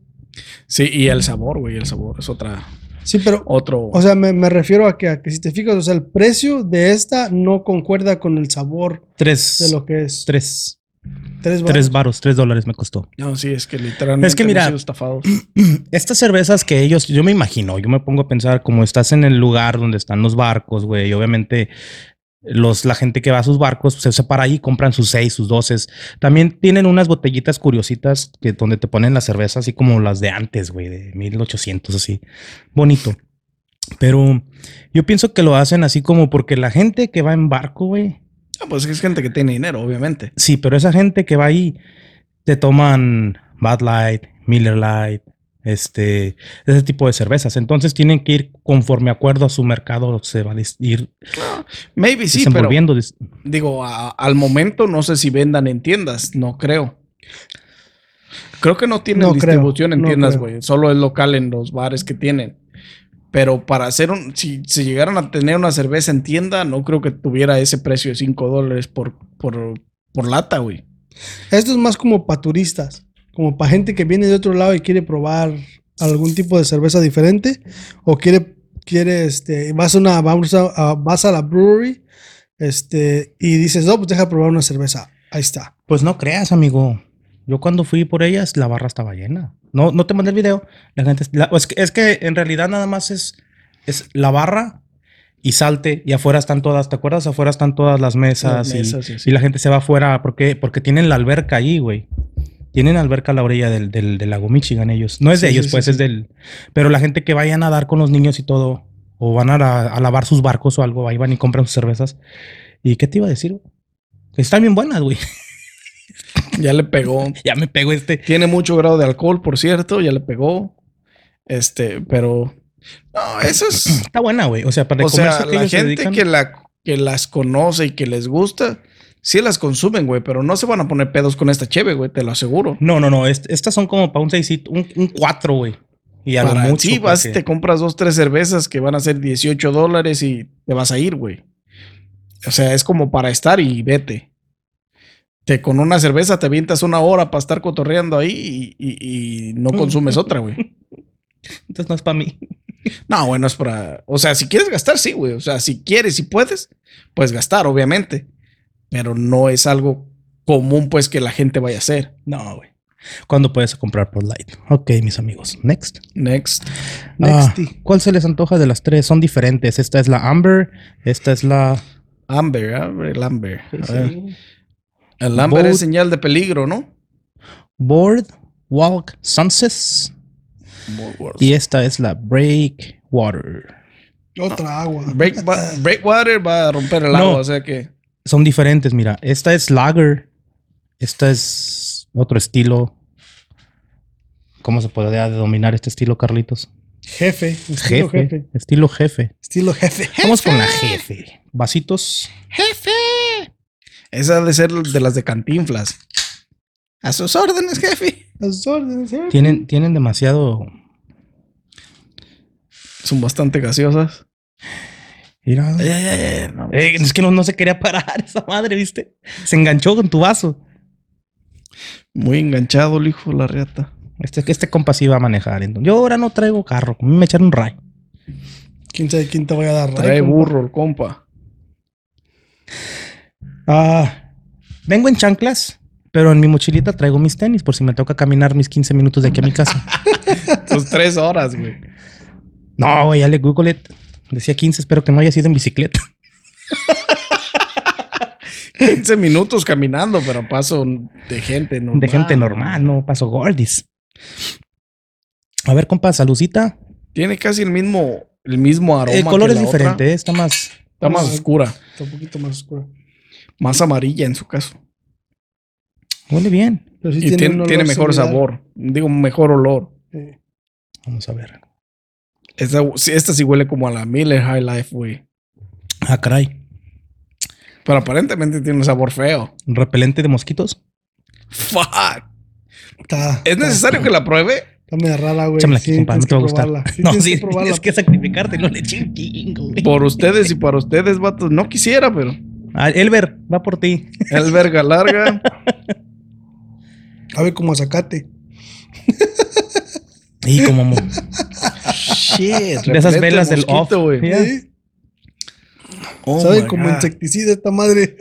[SPEAKER 1] Sí, y el sabor, güey, el sabor es otra,
[SPEAKER 2] Sí, pero,
[SPEAKER 1] otro.
[SPEAKER 2] o sea, me, me refiero a que, a que si te fijas, o sea, el precio de esta no concuerda con el sabor
[SPEAKER 3] Tres.
[SPEAKER 2] de lo que es.
[SPEAKER 3] Tres.
[SPEAKER 2] Tres baros.
[SPEAKER 3] Tres baros, tres dólares me costó.
[SPEAKER 1] no, sí, es que literalmente
[SPEAKER 3] Es que
[SPEAKER 1] hemos
[SPEAKER 3] mira,
[SPEAKER 1] sido estafados.
[SPEAKER 3] Estas cervezas que ellos, yo me imagino, yo me pongo a pensar, como estás en el lugar donde están los barcos, güey, y obviamente los, la gente que va a sus barcos pues, se separa ahí y compran sus seis, sus doces. También tienen unas botellitas curiositas que donde te ponen la cerveza, así como las de antes, güey, de 1800, así. Bonito. Pero yo pienso que lo hacen así como porque la gente que va en barco, güey,
[SPEAKER 1] Ah, pues es gente que tiene dinero, obviamente.
[SPEAKER 3] Sí, pero esa gente que va ahí te toman Bud Light, Miller Light, este, ese tipo de cervezas. Entonces tienen que ir conforme acuerdo a su mercado, se va a des- ir
[SPEAKER 1] Maybe sí, pero
[SPEAKER 3] desenvolviendo. des-
[SPEAKER 1] digo, a- al momento no sé si vendan en tiendas, no creo. Creo que no tienen
[SPEAKER 2] No creo,
[SPEAKER 1] distribución en
[SPEAKER 2] no
[SPEAKER 1] tiendas,
[SPEAKER 2] creo.
[SPEAKER 1] güey. Solo es local en los bares que tienen. Pero para hacer un. Si, si llegaran a tener una cerveza en tienda, no creo que tuviera ese precio de 5 dólares por, por, por lata, güey.
[SPEAKER 2] Esto es más como para turistas, como para gente que viene de otro lado y quiere probar algún tipo de cerveza diferente o quiere, quiere, este, vas a una, vamos a, a- vas a la brewery, este, y dices, no, pues deja probar una cerveza. Ahí está.
[SPEAKER 3] Pues no creas, amigo. Yo cuando fui por ellas, la barra estaba llena. No, no te mandé el video. La gente, la- es, que, es que en realidad nada más es, es la barra y salte y afuera están todas, ¿te acuerdas? Afuera están todas las mesas,
[SPEAKER 1] Las
[SPEAKER 3] y-
[SPEAKER 1] mesas y
[SPEAKER 3] y,
[SPEAKER 1] así.
[SPEAKER 3] la gente se va afuera porque, porque tienen la alberca ahí, güey. Tienen alberca a la orilla del, del- del lago Michigan ellos. No es de
[SPEAKER 1] Sí,
[SPEAKER 3] ellos,
[SPEAKER 1] sí,
[SPEAKER 3] pues
[SPEAKER 1] sí,
[SPEAKER 3] es
[SPEAKER 1] sí.
[SPEAKER 3] del... Pero la gente que vaya a nadar con los niños y todo, o van a, la- a lavar sus barcos o algo, ahí van y compran sus cervezas. ¿Y qué te iba a decir? güey? Están bien buenas, güey.
[SPEAKER 1] Ya le pegó.
[SPEAKER 3] [LAUGHS] Ya me pegó este.
[SPEAKER 1] Tiene mucho grado de alcohol, por cierto, ya le pegó. Este, pero. No, eso es.
[SPEAKER 3] Está buena, güey. O sea, para el
[SPEAKER 1] O sea,
[SPEAKER 3] comercio que
[SPEAKER 1] la
[SPEAKER 3] ellos se
[SPEAKER 1] gente
[SPEAKER 3] dedican,
[SPEAKER 1] que, la, que las conoce y que les gusta, sí las consumen, güey, pero no se van a poner pedos con esta cheve, güey, te lo aseguro.
[SPEAKER 3] No, no, no. est- estas son como para un seisito, un, un cuatro, güey. Y a lo
[SPEAKER 1] Para
[SPEAKER 3] mucho.
[SPEAKER 1] ti vas, y
[SPEAKER 3] porque-
[SPEAKER 1] te compras dos, tres cervezas que van a ser 18 dólares y te vas a ir, güey. O sea, es como para estar y vete. Te, con una cerveza te avientas una hora para estar cotorreando ahí y, y- y no
[SPEAKER 3] Mm.
[SPEAKER 1] consumes otra, güey.
[SPEAKER 3] Entonces no es para mí. [LAUGHS]
[SPEAKER 1] No, bueno, es para. O sea, si quieres gastar, sí, güey. O sea, si quieres y puedes, puedes gastar, obviamente. Pero no es algo común, pues, que la gente vaya a hacer.
[SPEAKER 3] No, güey. ¿Cuándo puedes comprar por Light? Ok, mis amigos. Next.
[SPEAKER 1] Next.
[SPEAKER 2] Next.
[SPEAKER 3] Ah, ¿Cuál se les antoja de las tres? Son diferentes. Esta es la Amber. Esta es la.
[SPEAKER 1] Amber, Amber, el Amber. A ver. El Amber
[SPEAKER 3] Boat.
[SPEAKER 1] es señal de peligro, ¿no?
[SPEAKER 3] Board Walk Sunset. Y esta es la Breakwater.
[SPEAKER 2] Otra agua.
[SPEAKER 1] Ah, Break- va- Breakwater va a romper el
[SPEAKER 3] No.
[SPEAKER 1] agua, o sea que.
[SPEAKER 3] Son diferentes, mira. Esta es lager. Esta es otro estilo. ¿Cómo se podría denominar este estilo, Carlitos?
[SPEAKER 2] Jefe.
[SPEAKER 3] Jefe.
[SPEAKER 2] Estilo jefe.
[SPEAKER 3] Estilo jefe.
[SPEAKER 2] Estilo jefe. [LAUGHS]
[SPEAKER 3] Vamos con la jefe. Vasitos.
[SPEAKER 1] Esa ha de ser de las de cantinflas. A sus órdenes, jefe.
[SPEAKER 2] A sus órdenes, ¿eh?
[SPEAKER 3] Tienen, tienen demasiado.
[SPEAKER 1] Son bastante gaseosas.
[SPEAKER 3] Mira. Eh, es que no, no se quería parar [LAUGHS] esa madre, ¿viste? Se enganchó con tu vaso.
[SPEAKER 1] Muy enganchado el hijo de la reata.
[SPEAKER 3] Este, este compa sí va a manejar. entonces. Yo ahora no traigo carro. A mí me echaron un rayo.
[SPEAKER 2] ¿Quién sabe quién te voy a dar?
[SPEAKER 1] Trae
[SPEAKER 2] Ay, compa.
[SPEAKER 1] burro el compa.
[SPEAKER 3] Ah, vengo en chanclas, pero en mi mochilita traigo mis tenis por si me toca caminar mis 15 minutos de aquí a mi casa.
[SPEAKER 2] [LAUGHS]
[SPEAKER 1] Sus tres horas, güey.
[SPEAKER 3] No, güey, ya le Google it. Decía 15, espero que no haya sido en bicicleta.
[SPEAKER 1] 15 minutos caminando, pero a paso de gente normal.
[SPEAKER 3] De gente normal, no paso gordis. A ver, compa, salucita.
[SPEAKER 1] Tiene casi el mismo, el mismo aroma.
[SPEAKER 3] El color
[SPEAKER 1] que
[SPEAKER 3] es
[SPEAKER 1] la otra.
[SPEAKER 3] diferente, eh, está más.
[SPEAKER 1] Está más oscura,
[SPEAKER 2] Está un poquito más oscura.
[SPEAKER 1] más amarilla en su caso.
[SPEAKER 3] Huele bien.
[SPEAKER 2] Pero sí
[SPEAKER 1] y tiene,
[SPEAKER 2] un olor
[SPEAKER 1] tiene mejor
[SPEAKER 2] similar.
[SPEAKER 1] sabor. Digo, mejor olor.
[SPEAKER 2] Sí.
[SPEAKER 3] Vamos a ver.
[SPEAKER 1] Esta, sí, esta sí huele como a la Miller High Life, güey.
[SPEAKER 3] Ah, caray.
[SPEAKER 1] Pero aparentemente tiene un sabor feo.
[SPEAKER 3] Repelente de mosquitos.
[SPEAKER 1] Fuck.
[SPEAKER 2] Está,
[SPEAKER 1] ¿Es necesario que la pruebe?
[SPEAKER 2] está medio rara, güey.
[SPEAKER 3] Échamela aquí,
[SPEAKER 2] Sí,
[SPEAKER 3] compa, no
[SPEAKER 2] tienes
[SPEAKER 3] te va a
[SPEAKER 2] que
[SPEAKER 3] gustar.
[SPEAKER 2] probarla. Sí,
[SPEAKER 3] no,
[SPEAKER 2] tienes
[SPEAKER 3] sí,
[SPEAKER 2] que probarla.
[SPEAKER 3] tienes que sacrificarte, no le chingo, güey.
[SPEAKER 1] Por ustedes y para ustedes, vatos. No quisiera, pero.
[SPEAKER 3] Ah, Elber, va por
[SPEAKER 2] [LAUGHS]
[SPEAKER 3] ti.
[SPEAKER 1] Alberga larga.
[SPEAKER 2] A ver,
[SPEAKER 3] [LAUGHS]
[SPEAKER 2] como azacate.
[SPEAKER 3] Y como. mo-
[SPEAKER 1] Shit.
[SPEAKER 3] De esas velas del off.
[SPEAKER 1] güey.
[SPEAKER 3] Yeah.
[SPEAKER 2] Sí.
[SPEAKER 1] Oh
[SPEAKER 2] Sabe
[SPEAKER 1] my
[SPEAKER 2] como
[SPEAKER 3] ah.
[SPEAKER 1] God.
[SPEAKER 2] insecticida
[SPEAKER 3] [LAUGHS]
[SPEAKER 2] esta madre.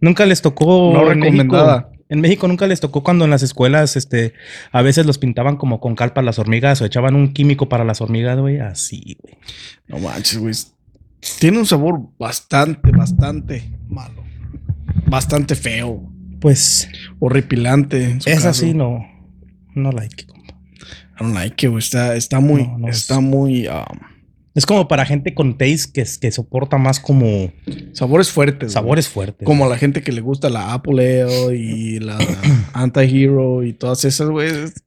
[SPEAKER 3] Nunca les tocó.
[SPEAKER 1] No
[SPEAKER 3] en México-
[SPEAKER 1] recomendada.
[SPEAKER 3] En México nunca les tocó cuando en las escuelas, este, a veces los pintaban como con cal para las hormigas o echaban un químico para las hormigas, güey. Así, güey.
[SPEAKER 1] No manches, güey. Tiene un sabor bastante, bastante malo. Bastante feo.
[SPEAKER 3] Pues
[SPEAKER 1] Horripilante. en su
[SPEAKER 3] es
[SPEAKER 1] caso.
[SPEAKER 3] así, no, no like. compa.
[SPEAKER 1] I don't like it, güey. Está, está muy,
[SPEAKER 3] No, no es-
[SPEAKER 1] está muy. um,
[SPEAKER 3] Es como para gente con taste que, que soporta más como
[SPEAKER 1] sabores fuertes. güey.
[SPEAKER 3] sabores fuertes.
[SPEAKER 1] Como a la gente que le gusta la Apple Ale y
[SPEAKER 3] [COUGHS]
[SPEAKER 1] la Anti-Hero y todas esas, güey. es-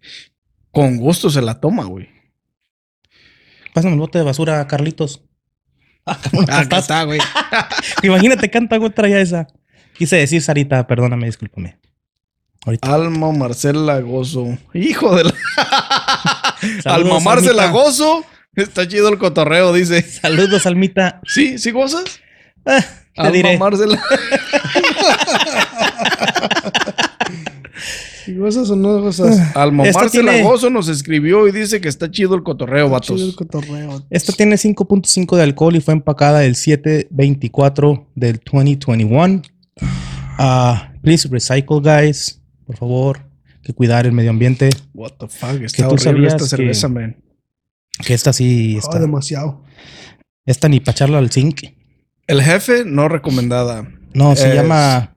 [SPEAKER 1] Con gusto se la toma,
[SPEAKER 3] [LAUGHS]
[SPEAKER 1] güey.
[SPEAKER 3] Pásame el bote de basura,
[SPEAKER 1] [LAUGHS]
[SPEAKER 3] Carlitos. Ah, cabrón, acá
[SPEAKER 1] Acá
[SPEAKER 3] estás.
[SPEAKER 1] está, güey.
[SPEAKER 3] Imagínate canta otra ya esa. Quise decir Sarita, perdóname, discúlpame.
[SPEAKER 1] Alma Marcela Gozo. Hijo de la. [LAUGHS] Al
[SPEAKER 3] Saludos,
[SPEAKER 1] mamarse la
[SPEAKER 3] Almita.
[SPEAKER 1] gozo, está chido el cotorreo, dice.
[SPEAKER 3] Saludos, Almita.
[SPEAKER 1] ¿Sí? ¿Sí gozas?
[SPEAKER 3] Ah, te
[SPEAKER 1] Al [LAUGHS]
[SPEAKER 3] diré.
[SPEAKER 1] mamársela.
[SPEAKER 2] ¿Y Cosas o no cosas.
[SPEAKER 1] Al
[SPEAKER 3] Esto
[SPEAKER 1] mamarse la
[SPEAKER 3] tiene-
[SPEAKER 1] gozo nos escribió y dice que está chido el cotorreo,
[SPEAKER 2] Está chido el
[SPEAKER 1] vatos.
[SPEAKER 2] cotorreo.
[SPEAKER 3] Esta tiene 5.5 de alcohol y fue empacada el 7-24 del 2021. Ah, please recycle, guys. Por favor, que cuidar el medio ambiente.
[SPEAKER 1] What the fuck, está
[SPEAKER 3] tú
[SPEAKER 1] horrible
[SPEAKER 3] sabías
[SPEAKER 1] esta
[SPEAKER 3] que-
[SPEAKER 1] cerveza, man.
[SPEAKER 3] Que esta sí
[SPEAKER 2] Ah,
[SPEAKER 3] está.
[SPEAKER 2] demasiado.
[SPEAKER 3] esta ni para echarla al zinc.
[SPEAKER 1] El jefe no recomendada.
[SPEAKER 3] No, se
[SPEAKER 1] Es-
[SPEAKER 3] llama.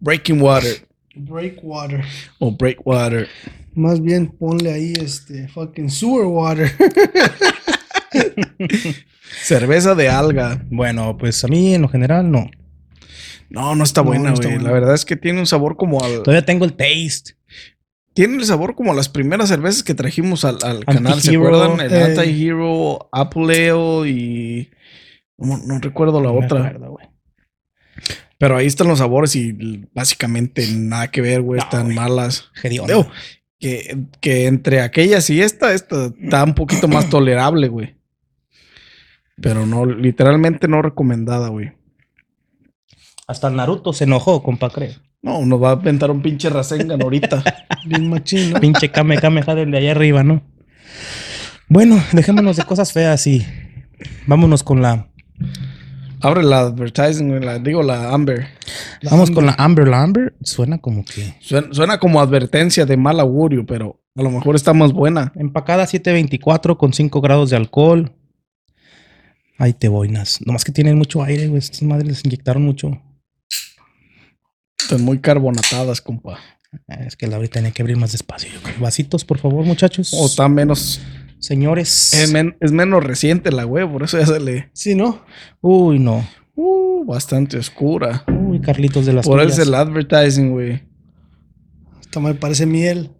[SPEAKER 1] Breaking Water
[SPEAKER 2] Breakwater.
[SPEAKER 1] o Breakwater.
[SPEAKER 2] Más bien ponle ahí este fucking sewer water. [LAUGHS]
[SPEAKER 1] Cerveza de alga.
[SPEAKER 3] Bueno, pues a mí en lo general no.
[SPEAKER 1] No, no está
[SPEAKER 2] No,
[SPEAKER 1] buena,
[SPEAKER 2] no está
[SPEAKER 1] güey. La
[SPEAKER 2] buena.
[SPEAKER 1] verdad es que tiene un sabor como al.
[SPEAKER 3] Todavía tengo el taste.
[SPEAKER 1] Tiene el sabor como a las primeras cervezas que trajimos al, al canal, ¿se
[SPEAKER 3] Anti-Hero,
[SPEAKER 1] acuerdan? El
[SPEAKER 2] eh.
[SPEAKER 1] Anti-Hero, Apuleo y. No, no recuerdo la
[SPEAKER 3] No me
[SPEAKER 1] otra.
[SPEAKER 3] acuerdo, güey.
[SPEAKER 1] Pero ahí están los sabores y l- básicamente nada que ver, güey.
[SPEAKER 3] No,
[SPEAKER 1] están
[SPEAKER 3] güey.
[SPEAKER 1] malas.
[SPEAKER 3] Hediondo.
[SPEAKER 1] Digo, que, que entre aquellas y esta, esta está un poquito
[SPEAKER 3] [CLEARS THROAT]
[SPEAKER 1] más tolerable, güey. Pero no, literalmente no recomendada, güey.
[SPEAKER 3] Hasta Naruto se enojó, compa, creo.
[SPEAKER 1] No, nos va a aventar un pinche Rasengan ahorita.
[SPEAKER 3] [LAUGHS]
[SPEAKER 2] Bien machín, ¿no?
[SPEAKER 3] Pinche Kame Kame Haren de allá arriba, ¿no? Bueno, dejémonos de cosas feas y vámonos con la.
[SPEAKER 1] Abre la advertising, güey, la- digo la Amber.
[SPEAKER 3] Vamos con la Amber Lambert. Suena como que.
[SPEAKER 1] Suena, suena como advertencia de mal augurio, pero a lo mejor está más buena.
[SPEAKER 3] Empacada 724 con 5 grados de alcohol. Ahí te boinas. Nomás que tienen mucho aire, güey. Estas madres les inyectaron mucho.
[SPEAKER 1] Están muy carbonatadas, compa.
[SPEAKER 3] Eh, Es que la ahorita tenía que abrir más despacio. yo creo. Vasitos, por favor, muchachos.
[SPEAKER 1] O está menos.
[SPEAKER 3] Señores.
[SPEAKER 1] Es, men- es menos reciente la güey, por eso ya se le.
[SPEAKER 2] Sí, ¿no?
[SPEAKER 3] Uy, no.
[SPEAKER 1] Uh, bastante oscura.
[SPEAKER 3] Uy, Carlitos de las
[SPEAKER 1] Por eso
[SPEAKER 3] tuyas.
[SPEAKER 1] el advertising, güey.
[SPEAKER 2] Esta madre parece miel.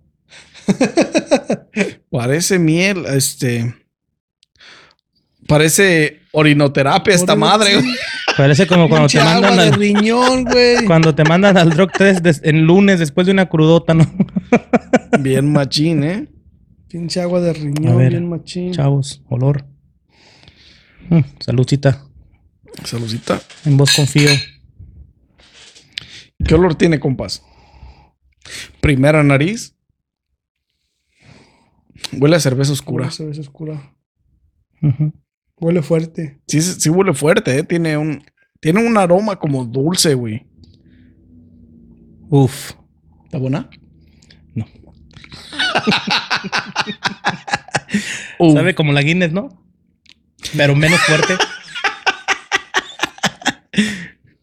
[SPEAKER 1] Parece miel, este. Parece Orinoterapia esta madre. güey.
[SPEAKER 3] Parece como cuando te
[SPEAKER 2] Pinche agua
[SPEAKER 3] mandan
[SPEAKER 2] de
[SPEAKER 3] al, [LAUGHS]
[SPEAKER 2] riñón, güey.
[SPEAKER 3] cuando te mandan al drug test des- en lunes después de una crudota, ¿no? [LAUGHS]
[SPEAKER 1] Bien machín, ¿eh?
[SPEAKER 2] Pinche agua de
[SPEAKER 3] A
[SPEAKER 2] riñón,
[SPEAKER 3] ver,
[SPEAKER 2] bien machín.
[SPEAKER 3] Chavos, olor. Mm, saludcita.
[SPEAKER 1] Saludcita.
[SPEAKER 3] En vos confío.
[SPEAKER 1] ¿Qué olor tiene, compas? Primera nariz. Huele a cerveza oscura.
[SPEAKER 2] Se ve oscura.
[SPEAKER 3] Ujú.
[SPEAKER 2] Huele fuerte.
[SPEAKER 1] Sí, sí huele fuerte, ¿eh? Tiene un, tiene un aroma como dulce, güey.
[SPEAKER 3] Uf.
[SPEAKER 1] ¿Está buena? [LAUGHS]
[SPEAKER 3] No.
[SPEAKER 1] Uh,
[SPEAKER 3] Sabe como la Guinness, ¿no? Pero
[SPEAKER 1] [LAUGHS]
[SPEAKER 3] menos fuerte.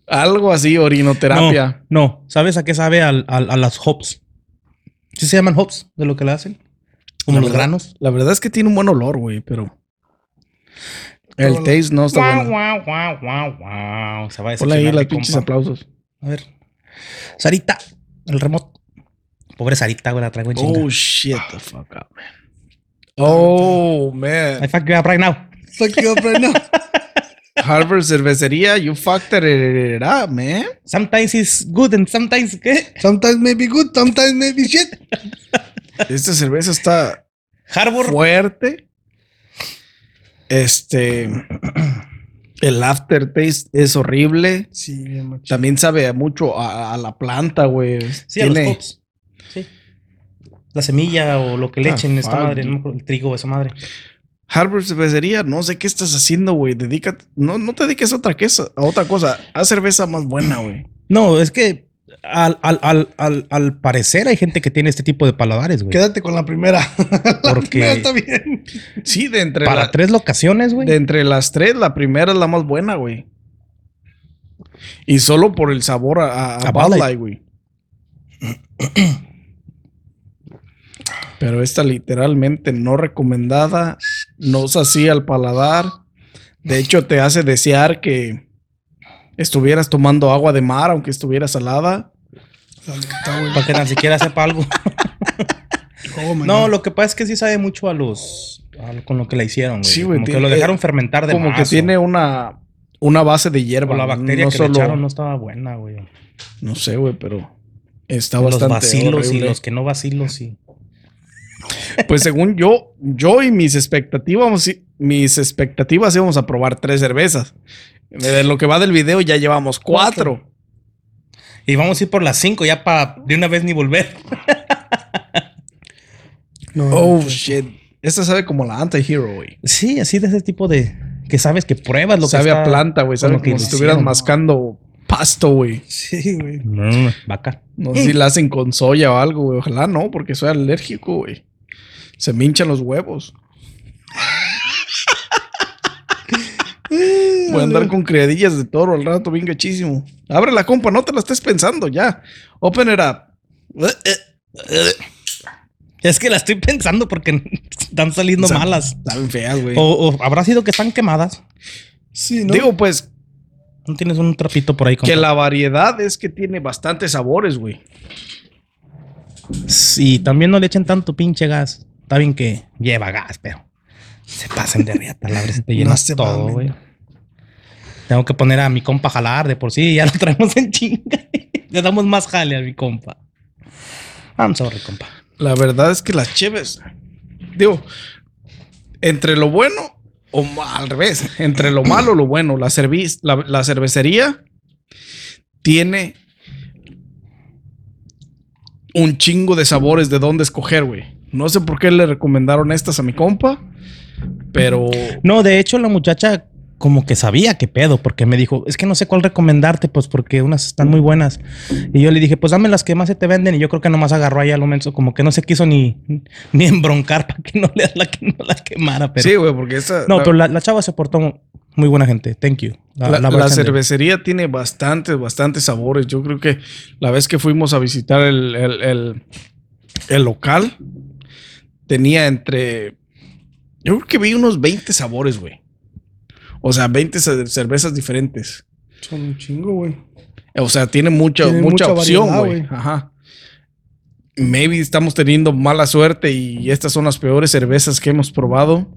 [SPEAKER 1] Algo así, orinoterapia.
[SPEAKER 3] No, no. ¿sabes a qué sabe al- al- a las hops? ¿Sí se llaman hops de lo que le hacen? Como
[SPEAKER 1] La
[SPEAKER 3] los
[SPEAKER 1] verdad-
[SPEAKER 3] granos.
[SPEAKER 1] La verdad es que tiene un buen olor, güey, pero. El
[SPEAKER 2] Todo lo-
[SPEAKER 1] taste no está
[SPEAKER 3] Guau,
[SPEAKER 1] bueno.
[SPEAKER 3] guau, guau, guau, guau. Se va a
[SPEAKER 1] Ponle ahí
[SPEAKER 3] decepcionar
[SPEAKER 1] los
[SPEAKER 3] mi
[SPEAKER 1] pinches
[SPEAKER 3] compa.
[SPEAKER 1] aplausos.
[SPEAKER 3] A ver. Sarita, el remoto. Pobre Sarita, güey, la traigo en chinga.
[SPEAKER 1] Oh, shit, the fuck up, man. Oh,
[SPEAKER 3] I
[SPEAKER 1] man.
[SPEAKER 3] fuck you up right now.
[SPEAKER 2] Fuck you up right now.
[SPEAKER 3] [LAUGHS]
[SPEAKER 1] Harvard Cervecería, you fucked it up, man.
[SPEAKER 3] Sometimes it's good and sometimes ¿qué?
[SPEAKER 2] Sometimes may be good, sometimes may be shit.
[SPEAKER 1] Esta cerveza está
[SPEAKER 3] Harbor.
[SPEAKER 1] fuerte. Este. El aftertaste es horrible.
[SPEAKER 2] Sí, bien machín.
[SPEAKER 1] También sabe a mucho a, a la planta, güey.
[SPEAKER 3] Sí, a los
[SPEAKER 1] Tiene-
[SPEAKER 3] hops. Sí. La semilla o lo que le
[SPEAKER 1] Ah,
[SPEAKER 3] echen esta
[SPEAKER 1] fuck.
[SPEAKER 3] madre, no me acuerdo, el trigo, esa madre.
[SPEAKER 1] Harvard Cervecería, no sé qué estás haciendo, güey. Dedícate, no, no te dediques a otra, quesa- a otra cosa. Haz cerveza más buena, güey.
[SPEAKER 3] No, es que al, al, al, al, al parecer hay gente que tiene este tipo de paladares, güey.
[SPEAKER 2] Quédate con la primera. [LAUGHS]
[SPEAKER 3] Porque-
[SPEAKER 2] Porque está bien.
[SPEAKER 1] Sí, de entre,
[SPEAKER 3] Para
[SPEAKER 1] la-
[SPEAKER 3] tres locaciones, güey.
[SPEAKER 1] de entre las tres, la primera es la más buena, güey. Y solo por el sabor a, a- a
[SPEAKER 3] A
[SPEAKER 1] Bud
[SPEAKER 3] Bud
[SPEAKER 1] Light, güey. Pero esta literalmente no recomendada, no es así al paladar. De hecho, te hace desear que estuvieras tomando agua de mar, aunque estuviera salada.
[SPEAKER 3] Para que ni siquiera sepa algo.
[SPEAKER 2] Oh,
[SPEAKER 3] [LAUGHS]
[SPEAKER 2] man.
[SPEAKER 3] No, lo que pasa es que sí sabe mucho a los. a- con lo que la hicieron, güey.
[SPEAKER 1] Sí, güey,
[SPEAKER 3] Como que
[SPEAKER 1] tiene-
[SPEAKER 3] lo dejaron fermentar de
[SPEAKER 1] como que
[SPEAKER 3] más,
[SPEAKER 1] tiene una, una base de
[SPEAKER 3] o-
[SPEAKER 1] hierba.
[SPEAKER 3] o la bacteria
[SPEAKER 1] no
[SPEAKER 3] que
[SPEAKER 1] solo-
[SPEAKER 3] le echaron no estaba buena, güey.
[SPEAKER 1] No sé, güey, pero está
[SPEAKER 3] Los
[SPEAKER 1] bastante
[SPEAKER 3] vacilos y
[SPEAKER 1] horrible.
[SPEAKER 3] los que no vacilos y.
[SPEAKER 1] Pues según yo, yo y mis expectativas, mis expectativas íbamos a probar tres cervezas. De lo que va del video ya llevamos cuatro.
[SPEAKER 3] Y vamos a ir por las cinco ya para de una vez ni volver.
[SPEAKER 2] No,
[SPEAKER 1] Oh,
[SPEAKER 2] no,
[SPEAKER 1] shit. Esta sabe como la anti-hero, güey.
[SPEAKER 3] Sí, así de ese tipo de. que sabes que pruebas lo
[SPEAKER 1] Sabe
[SPEAKER 3] que
[SPEAKER 1] a
[SPEAKER 3] está-
[SPEAKER 1] planta, güey.
[SPEAKER 3] con
[SPEAKER 1] Sabe
[SPEAKER 3] lo que
[SPEAKER 1] como si
[SPEAKER 3] le
[SPEAKER 1] estuvieras
[SPEAKER 3] hicieron.
[SPEAKER 1] mascando pasto, güey.
[SPEAKER 2] Sí, güey.
[SPEAKER 3] Mm, vaca.
[SPEAKER 1] No sé si la hacen con soya o algo, güey. Ojalá no, porque soy alérgico, güey. Se me hinchan los huevos. Voy a andar con criadillas de toro al rato, bien gachísimo. Abre la compa, no te la estés pensando ya. Open it up.
[SPEAKER 3] Es que la estoy pensando porque [LAUGHS] están saliendo
[SPEAKER 1] Sa-
[SPEAKER 3] malas.
[SPEAKER 1] Saben feas, güey.
[SPEAKER 3] O, o habrá sido que están quemadas.
[SPEAKER 2] Sí, ¿no?
[SPEAKER 1] Digo, pues,
[SPEAKER 3] No tienes un trapito por ahí.
[SPEAKER 1] que
[SPEAKER 3] compa?
[SPEAKER 1] la variedad es que tiene bastantes sabores, güey.
[SPEAKER 3] Sí, también no le echen tanto pinche gas. Está bien que lleva gas, pero se pasen de riata. La verdad, se te
[SPEAKER 2] [LAUGHS] No
[SPEAKER 3] llenas
[SPEAKER 2] se
[SPEAKER 3] todo,
[SPEAKER 2] mamen.
[SPEAKER 3] güey. Tengo que poner a mi compa a jalar de por sí. Ya lo traemos en chinga. [LAUGHS] Le damos más jale a mi compa. I'm sorry, compa.
[SPEAKER 1] La verdad es que las cheves, digo, entre lo bueno o ma- al revés, entre lo malo lo bueno, la, cerviz- la, la cervecería tiene un chingo de sabores de dónde escoger, güey. No sé por qué le recomendaron estas a mi compa, pero
[SPEAKER 3] No, de hecho, la muchacha como que sabía qué pedo, porque me dijo, es que no sé cuál recomendarte, pues porque unas están muy buenas. Y yo le dije, pues dame las que más se te venden. Y yo creo que nomás agarró ahí al momento, como que no se quiso ni, [LAUGHS] ni embroncar para que no le [LAUGHS] la que no la quemara. Pero,
[SPEAKER 1] sí, güey, porque esta
[SPEAKER 3] no,
[SPEAKER 1] la-
[SPEAKER 3] pero la, la chava se portó muy buena gente. Thank you.
[SPEAKER 1] La, la
[SPEAKER 3] bartender.
[SPEAKER 1] cervecería tiene bastantes, bastantes sabores. Yo creo que la vez que fuimos a visitar el, el- el- el local, tenía entre. Yo creo que vi unos 20 sabores, güey. O sea, 20 ce- cervezas diferentes.
[SPEAKER 2] Son un chingo, güey.
[SPEAKER 1] O sea, tiene mucha,
[SPEAKER 2] Tiene
[SPEAKER 1] mucha,
[SPEAKER 2] mucha
[SPEAKER 1] opción,
[SPEAKER 2] variedad,
[SPEAKER 1] güey.
[SPEAKER 2] güey.
[SPEAKER 1] Ajá. Maybe estamos teniendo mala suerte y estas son las peores cervezas que hemos probado.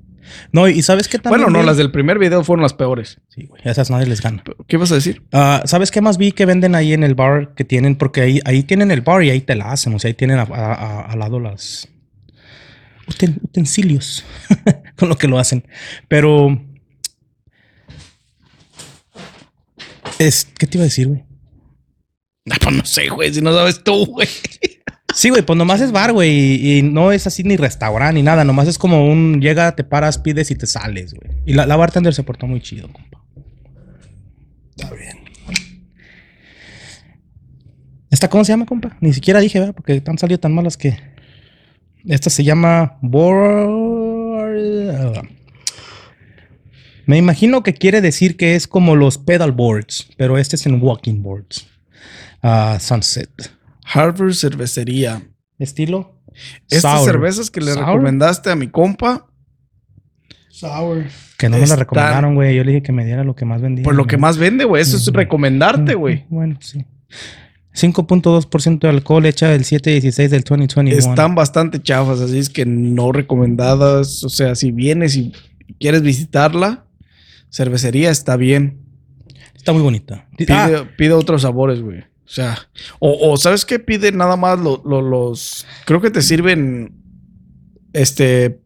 [SPEAKER 3] No, y sabes qué también.
[SPEAKER 1] Bueno, no,
[SPEAKER 3] vi?
[SPEAKER 1] las del primer video fueron las peores.
[SPEAKER 3] Sí, güey, esas nadie les gana.
[SPEAKER 1] Pero, ¿Qué vas a decir?
[SPEAKER 3] Ah, ¿Sabes qué más vi que venden ahí en el bar que tienen? Porque ahí, ahí tienen el bar y ahí te la hacen. O sea, ahí tienen a- a- a- al lado las uten- utensilios [LAUGHS] con lo que lo hacen. Pero. Es, ¿Qué te iba a decir, güey?
[SPEAKER 1] No, [LAUGHS] pues no sé, güey, si no sabes tú, güey.
[SPEAKER 3] Sí, güey, pues nomás es bar, güey. Y, y no es así ni restaurante ni nada. Nomás es como un llega, te paras, pides y te sales, güey. Y la, la bartender se portó muy chido, compa.
[SPEAKER 2] Está bien.
[SPEAKER 3] ¿Esta cómo se llama, compa? Ni siquiera dije, ¿verdad? Porque han salido tan malas que. Esta se llama Board. Me imagino que quiere decir que es como los pedal boards, pero este es en walking boards. Ah, sunset.
[SPEAKER 1] Harvard Cervecería.
[SPEAKER 3] Estilo.
[SPEAKER 1] Estas
[SPEAKER 3] sour.
[SPEAKER 1] cervezas que le
[SPEAKER 3] Sour.
[SPEAKER 1] recomendaste a mi compa,
[SPEAKER 2] Sour.
[SPEAKER 3] Que no me la
[SPEAKER 1] están-
[SPEAKER 3] recomendaron, güey. Yo le dije que me diera lo que más vendía.
[SPEAKER 1] pues lo que
[SPEAKER 3] Me-
[SPEAKER 1] más vende, güey, eso es
[SPEAKER 3] Ujú.
[SPEAKER 1] recomendarte, güey.
[SPEAKER 3] Mm, Bueno, sí. 5.2% de alcohol hecha del 7.16 del 2021.
[SPEAKER 1] Están bastante chafas, así es que no recomendadas. O sea, si vienes y quieres visitarla, cervecería está bien.
[SPEAKER 3] Está muy bonita. Di-
[SPEAKER 1] Pide,
[SPEAKER 3] ah,
[SPEAKER 1] pide otros sabores, güey. O sea, o, o ¿sabes qué? Pide nada más lo- lo- los. Creo que te sirven. Este.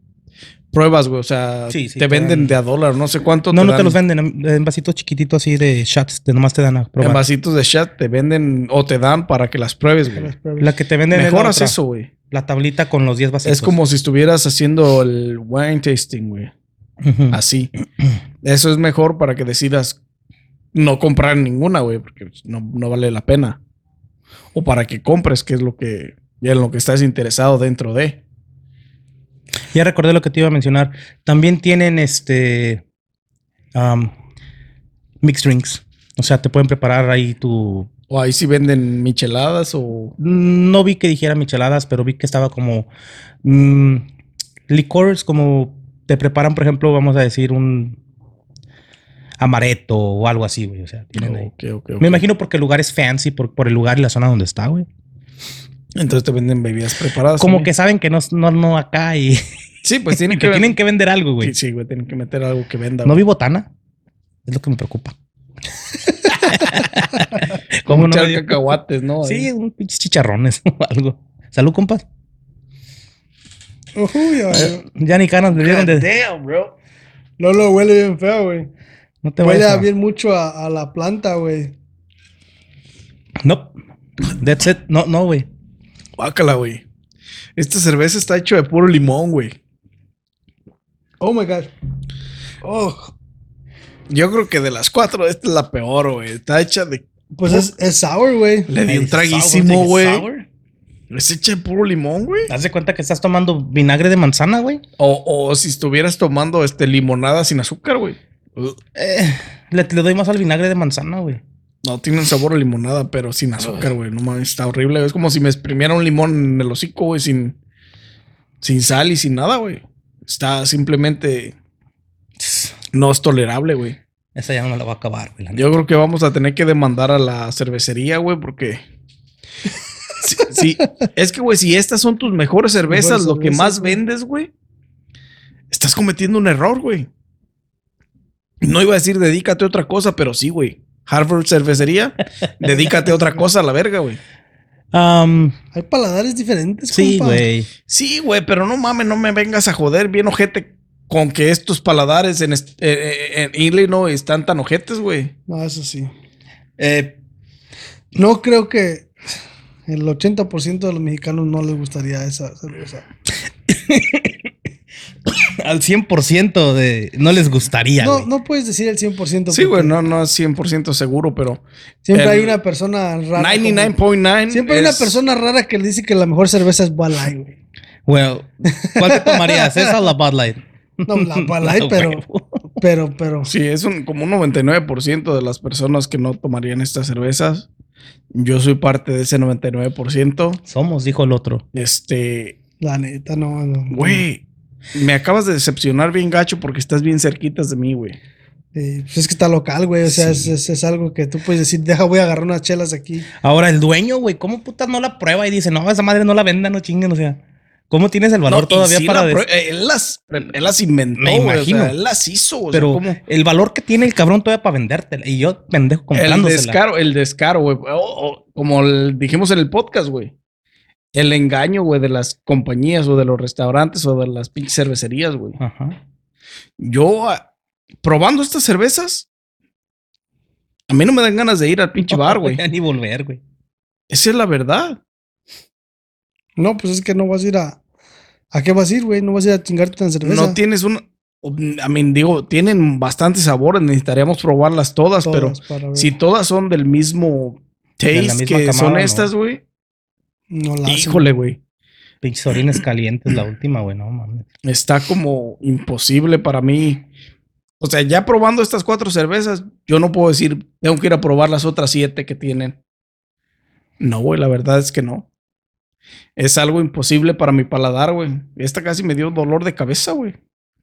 [SPEAKER 1] Pruebas, güey. O sea,
[SPEAKER 3] Sí, sí,
[SPEAKER 1] te
[SPEAKER 3] te
[SPEAKER 1] venden
[SPEAKER 3] dan-
[SPEAKER 1] de a dólar, no sé cuánto.
[SPEAKER 3] no, no te
[SPEAKER 1] dan
[SPEAKER 3] los venden en, en vasitos chiquititos así de shots. Te nomás te dan a
[SPEAKER 1] En
[SPEAKER 3] probar.
[SPEAKER 1] vasitos de chat te venden o te dan para que las pruebes, güey.
[SPEAKER 3] La que te venden es la
[SPEAKER 1] Mejoras
[SPEAKER 3] otra, pues.
[SPEAKER 1] eso, güey.
[SPEAKER 3] La tablita con los 10 vasitos.
[SPEAKER 1] Es como si estuvieras haciendo el wine tasting, güey.
[SPEAKER 3] Ujú. [CLEARS THROAT]
[SPEAKER 1] Así. Eso es mejor para que decidas no comprar ninguna, güey, porque no, no vale la pena. O para que compres, que es lo que en lo que estás interesado dentro de.
[SPEAKER 3] Ya recordé lo que te iba a mencionar. También tienen este. am, mixed drinks. O sea, te pueden preparar ahí tu.
[SPEAKER 1] O ahí sí venden micheladas o
[SPEAKER 3] No vi que dijera micheladas, pero vi que estaba como mm, licores, como te preparan, por ejemplo, vamos a decir un amaretto o algo así, güey. O sea, tienen ahí.
[SPEAKER 1] Oh, Ok, ok, ok.
[SPEAKER 3] Me imagino porque el lugar es fancy, por, por el lugar y la zona donde está, güey.
[SPEAKER 1] Entonces te venden bebidas preparadas.
[SPEAKER 3] Como que
[SPEAKER 1] también.
[SPEAKER 3] saben que no, no, no
[SPEAKER 1] [LAUGHS]
[SPEAKER 3] acá y
[SPEAKER 1] Sí, pues
[SPEAKER 3] y
[SPEAKER 1] tienen
[SPEAKER 3] [LAUGHS] que
[SPEAKER 1] que,
[SPEAKER 3] tienen que vender algo, güey.
[SPEAKER 1] Sí, sí, güey, tienen que meter algo que venda.
[SPEAKER 3] No
[SPEAKER 1] güey.
[SPEAKER 3] vi botana. Es lo que me
[SPEAKER 1] [LAUGHS]
[SPEAKER 3] preocupa. ¿Cómo no
[SPEAKER 1] Echar
[SPEAKER 3] me dio?
[SPEAKER 1] cacahuates, ¿no?
[SPEAKER 3] [LAUGHS] Sí, un pinches chicharrones [LAUGHS] o algo. Salud, compas.
[SPEAKER 2] Uy, ay,
[SPEAKER 3] Ya ni canas me dieron de.
[SPEAKER 1] Damn, bro.
[SPEAKER 2] Lolo huele bien feo, güey.
[SPEAKER 3] No te
[SPEAKER 2] Huele
[SPEAKER 3] vayas
[SPEAKER 2] a
[SPEAKER 3] a-
[SPEAKER 2] bien mucho a, a la planta, güey.
[SPEAKER 3] No. That's it. No, no, güey.
[SPEAKER 1] Bácala, güey. Esta cerveza está hecha de puro limón, güey.
[SPEAKER 2] Oh my god. Oh,
[SPEAKER 1] Yo creo que de las cuatro, esta es la peor, güey. Está hecha de.
[SPEAKER 2] pues es, es sour, güey.
[SPEAKER 1] Le di un
[SPEAKER 3] Sour,
[SPEAKER 1] traguísimo,
[SPEAKER 3] sour.
[SPEAKER 1] güey. Es hecha de puro limón, güey.
[SPEAKER 3] Haz de cuenta que estás tomando vinagre de manzana, güey.
[SPEAKER 1] O, o si estuvieras tomando este limonada sin azúcar, güey. Uh,
[SPEAKER 3] Eh, le, le doy más al vinagre de manzana, güey.
[SPEAKER 1] No tiene un sabor a limonada, pero sin azúcar, güey. No mames, está horrible. Es como si me exprimiera un limón en el hocico, güey, sin, sin sal y sin nada, güey. Está simplemente. No es tolerable, güey.
[SPEAKER 3] Esa ya no me la va a acabar, güey. la neta.
[SPEAKER 1] Yo creo que vamos a tener que demandar a la cervecería, güey,
[SPEAKER 2] [LAUGHS]
[SPEAKER 1] porque. Sí, sí. Es que, güey, si estas son tus mejores cervezas,
[SPEAKER 2] Mejores
[SPEAKER 1] lo que
[SPEAKER 2] cervezas,
[SPEAKER 1] más
[SPEAKER 2] güey.
[SPEAKER 1] vendes, güey, estás cometiendo un error, güey. No iba a decir dedícate a otra cosa, pero sí, güey. Harvard
[SPEAKER 2] [LAUGHS]
[SPEAKER 1] Cervecería, dedícate a otra cosa a la verga, güey.
[SPEAKER 3] Am,
[SPEAKER 2] Hay paladares diferentes,
[SPEAKER 3] Um, sí,
[SPEAKER 2] compa.
[SPEAKER 3] güey.
[SPEAKER 1] Sí, güey, pero no mames, no me vengas a joder bien ojete con que estos paladares en, est- eh, eh, en Illinois están tan ojetes, güey.
[SPEAKER 2] No, eso sí.
[SPEAKER 3] Eh,
[SPEAKER 2] No creo que el 80% de los mexicanos no les gustaría esa cerveza.
[SPEAKER 3] [LAUGHS] al 100% de. No les gustaría.
[SPEAKER 2] No,
[SPEAKER 3] güey.
[SPEAKER 2] no puedes decir el 100%.
[SPEAKER 1] Sí, güey,
[SPEAKER 2] porque
[SPEAKER 1] no, no es 100% seguro, pero
[SPEAKER 2] Siempre
[SPEAKER 1] El
[SPEAKER 2] hay una persona rara.
[SPEAKER 1] 99.9.
[SPEAKER 2] como- Siempre hay una
[SPEAKER 1] es-
[SPEAKER 2] persona rara que le dice que la mejor cerveza es Bud Light, güey.
[SPEAKER 3] Well, ¿cuál
[SPEAKER 1] [LAUGHS]
[SPEAKER 3] te tomarías? ¿Esa o la Bud Light?
[SPEAKER 2] No, la Bud Light,
[SPEAKER 3] La
[SPEAKER 2] pero,
[SPEAKER 3] huevo.
[SPEAKER 2] pero, pero.
[SPEAKER 1] Sí, es un, como un 99% de las personas que no tomarían estas cervezas. Yo soy parte de ese 99%.
[SPEAKER 3] Somos, dijo el otro.
[SPEAKER 1] Este,
[SPEAKER 2] La neta, no. no.
[SPEAKER 1] güey, me acabas de decepcionar bien gacho porque estás bien cerquitas de mí, güey.
[SPEAKER 2] Eh, pues es que está local, güey. O sea,
[SPEAKER 3] Sí.
[SPEAKER 2] es, es- es algo que tú puedes decir, deja, voy a agarrar unas chelas aquí.
[SPEAKER 3] Ahora, el dueño, güey, ¿cómo putas no la prueba y dice, no, esa madre no la venda, no chinguen? O sea, ¿Cómo tienes el valor
[SPEAKER 1] No, y
[SPEAKER 3] todavía
[SPEAKER 1] sí
[SPEAKER 3] para
[SPEAKER 1] la
[SPEAKER 3] des-
[SPEAKER 1] pro- eh, él las, él las inventó, güey,
[SPEAKER 3] Me
[SPEAKER 1] o
[SPEAKER 3] imagino.
[SPEAKER 1] sea, él las hizo, o sea,
[SPEAKER 3] Pero
[SPEAKER 1] ¿cómo?
[SPEAKER 3] el valor que tiene el cabrón todavía para vendértela. Y yo, pendejo,
[SPEAKER 1] el
[SPEAKER 3] comprándosela.
[SPEAKER 1] descaro, el descaro, güey. O- o como el- dijimos en el podcast, güey. El engaño, güey, de las compañías o de los restaurantes o de las pinches cervecerías, güey.
[SPEAKER 3] Ajá.
[SPEAKER 1] Yo, ah, probando estas cervezas, a mí no me dan ganas de ir al pinche bar, Ah,
[SPEAKER 3] [LAUGHS]
[SPEAKER 1] güey.
[SPEAKER 3] Ya Ni volver, güey.
[SPEAKER 1] Esa es la verdad.
[SPEAKER 2] No, pues es que no vas a ir a. ¿A qué vas a ir, güey? No vas a ir a chingarte tan cerveza.
[SPEAKER 1] No tienes un... A mí, digo, tienen bastantes sabores, necesitaríamos probarlas todas,
[SPEAKER 2] Todas
[SPEAKER 1] pero
[SPEAKER 2] para ver.
[SPEAKER 1] si todas son del mismo
[SPEAKER 3] De la
[SPEAKER 1] taste
[SPEAKER 3] misma
[SPEAKER 1] que
[SPEAKER 3] camada,
[SPEAKER 1] son
[SPEAKER 3] ¿no?
[SPEAKER 1] estas, güey.
[SPEAKER 2] No la hacen.
[SPEAKER 1] Híjole, güey.
[SPEAKER 3] Pinches orines calientes, la última, güey. No mames.
[SPEAKER 1] está como imposible para mí. O sea, ya probando estas cuatro cervezas, yo no puedo decir, tengo que ir a probar las otras siete que tienen. No, güey, la verdad es que no. Es algo imposible para mi paladar, güey. Esta casi me dio dolor de cabeza, güey.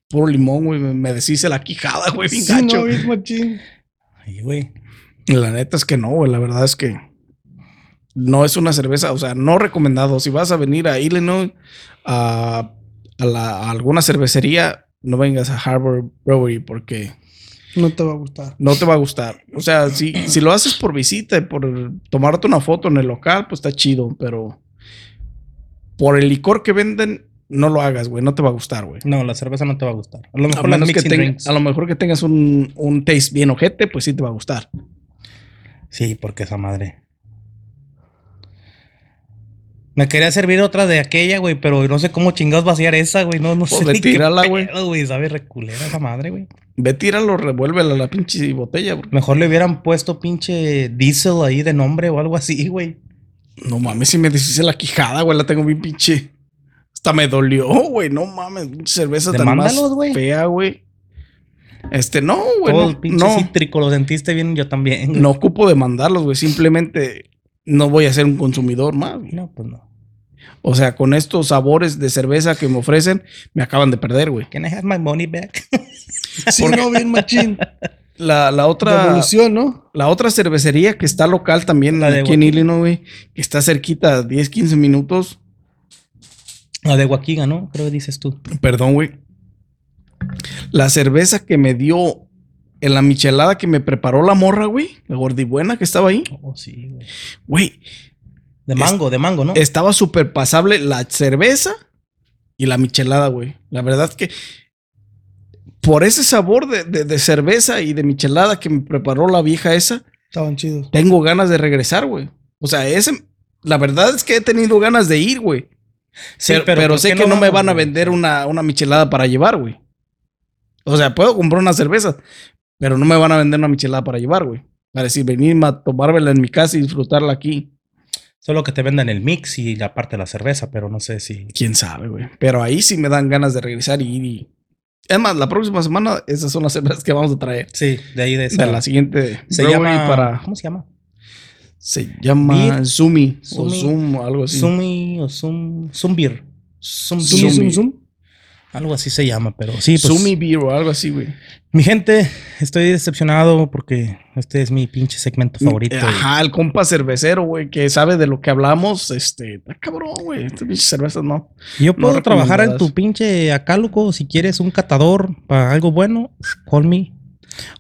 [SPEAKER 1] Puro limón, güey. Me- Me deshice la quijada, güey. bien
[SPEAKER 2] Sí,
[SPEAKER 1] gacho.
[SPEAKER 2] no, bien machín.
[SPEAKER 3] Ay, güey.
[SPEAKER 1] La neta es que no, güey. La verdad es que no es una cerveza, o sea, no recomendado. Si vas a venir a Illinois, a, a la- a alguna cervecería, no vengas a Harbor Brewery porque
[SPEAKER 2] No te va a gustar.
[SPEAKER 1] no te va a gustar. O sea, si, si lo haces por visita, y por tomarte una foto en el local, pues está chido, pero por el licor que venden, no lo hagas, güey. No te va a gustar, güey.
[SPEAKER 3] No, la cerveza no te va a gustar. A lo
[SPEAKER 1] A,
[SPEAKER 3] mejor las
[SPEAKER 1] menos que
[SPEAKER 3] mixing
[SPEAKER 1] tenga-
[SPEAKER 3] drinks.
[SPEAKER 1] a lo mejor que tengas un, un taste bien ojete, pues sí te va a gustar.
[SPEAKER 3] Sí, porque esa madre. Me quería servir otra de aquella, güey, pero no sé cómo chingados vaciar esa, güey. No, no
[SPEAKER 1] Pues
[SPEAKER 3] sé
[SPEAKER 1] de
[SPEAKER 3] ni qué
[SPEAKER 1] tirarla, güey.
[SPEAKER 3] pedo, güey. Sabe reculera esa madre, güey.
[SPEAKER 1] Ve, tíralo, revuélvela a la pinche botella, porque
[SPEAKER 3] Mejor le hubieran puesto pinche diesel ahí de nombre o algo así, güey.
[SPEAKER 1] No mames, si me deshice la quijada, güey, la tengo bien pinche. Hasta me dolió, güey. No mames, pinche cerveza tan más
[SPEAKER 3] Demándalos, güey.
[SPEAKER 1] fea, güey. Este, no, güey.
[SPEAKER 3] Todo el
[SPEAKER 1] No,
[SPEAKER 3] pinche
[SPEAKER 1] no,
[SPEAKER 3] cítrico, lo sentiste bien, yo también. güey.
[SPEAKER 1] no ocupo demandarlos, güey. Simplemente no voy a ser un consumidor más. güey.
[SPEAKER 3] No, pues no.
[SPEAKER 1] O sea, con estos sabores de cerveza que me ofrecen, me acaban de perder, güey.
[SPEAKER 3] Can I have my money back?
[SPEAKER 2] Sí, no, bien machín.
[SPEAKER 1] La, la [LAUGHS] otra.
[SPEAKER 2] Revolución, ¿no?
[SPEAKER 1] La otra cervecería que está local también
[SPEAKER 3] La de
[SPEAKER 1] aquí en
[SPEAKER 3] Guadalupe.
[SPEAKER 1] Illinois, que está cerquita, 10, 15 minutos.
[SPEAKER 3] La de Huaquiga, ¿no? Creo que dices tú.
[SPEAKER 1] Perdón, güey. La cerveza que me dio en la michelada que me preparó la morra, güey. La gordibuena que estaba ahí.
[SPEAKER 3] Oh, sí, güey.
[SPEAKER 1] Güey,
[SPEAKER 3] De
[SPEAKER 1] Es-
[SPEAKER 3] mango, de mango, ¿no?
[SPEAKER 1] estaba súper pasable la cerveza y la michelada, güey. La verdad que por ese sabor de, de- de cerveza y de michelada que me preparó la vieja esa,
[SPEAKER 2] Estaban chidos.
[SPEAKER 1] tengo ganas de regresar, güey. O sea, ese... La verdad es que he tenido ganas de ir, güey.
[SPEAKER 3] Sí,
[SPEAKER 1] pero, pero
[SPEAKER 3] ¿por
[SPEAKER 1] sé
[SPEAKER 3] qué
[SPEAKER 1] que no, me
[SPEAKER 3] vamos,
[SPEAKER 1] van a
[SPEAKER 3] güey?
[SPEAKER 1] vender una, una michelada para llevar, güey. O sea, puedo comprar una cerveza, pero no me van a vender una michelada para llevar, güey. Para decir, venirme a tomármela en mi casa y disfrutarla aquí.
[SPEAKER 3] Solo que te vendan el mix y la parte de la cerveza, pero no sé si.
[SPEAKER 1] Quién sabe, güey. Pero ahí sí me dan ganas de regresar y ir. Y... Es más, la próxima semana esas son las cervezas que vamos a traer.
[SPEAKER 3] Sí, de ahí de esa.
[SPEAKER 1] De la siguiente.
[SPEAKER 3] se
[SPEAKER 1] brewery
[SPEAKER 3] llama.
[SPEAKER 1] para-
[SPEAKER 3] ¿Cómo se llama?
[SPEAKER 1] se llama
[SPEAKER 3] Beer-
[SPEAKER 1] Zumi. O
[SPEAKER 3] Zumi.
[SPEAKER 1] Zoom o algo así.
[SPEAKER 3] Sumi o Zum. Zumbir.
[SPEAKER 1] Zum-
[SPEAKER 3] Zumbir.
[SPEAKER 2] Zoom, zoom,
[SPEAKER 1] Zombie.
[SPEAKER 2] zoom.
[SPEAKER 3] Algo así se llama, pero sí, pues.
[SPEAKER 1] Zumi Beer o algo así, güey.
[SPEAKER 3] Mi gente, estoy decepcionado porque este es mi pinche segmento favorito. güey.
[SPEAKER 1] Mm, Eh, Ajá, el compa cervecero, güey, que sabe de lo que hablamos. Este, está cabrón, güey. Estas pinches cervezas no.
[SPEAKER 3] Yo puedo trabajar en
[SPEAKER 1] recomendadas.
[SPEAKER 3] tu pinche acáluco. Si quieres un catador para algo bueno, call me.
[SPEAKER 1] I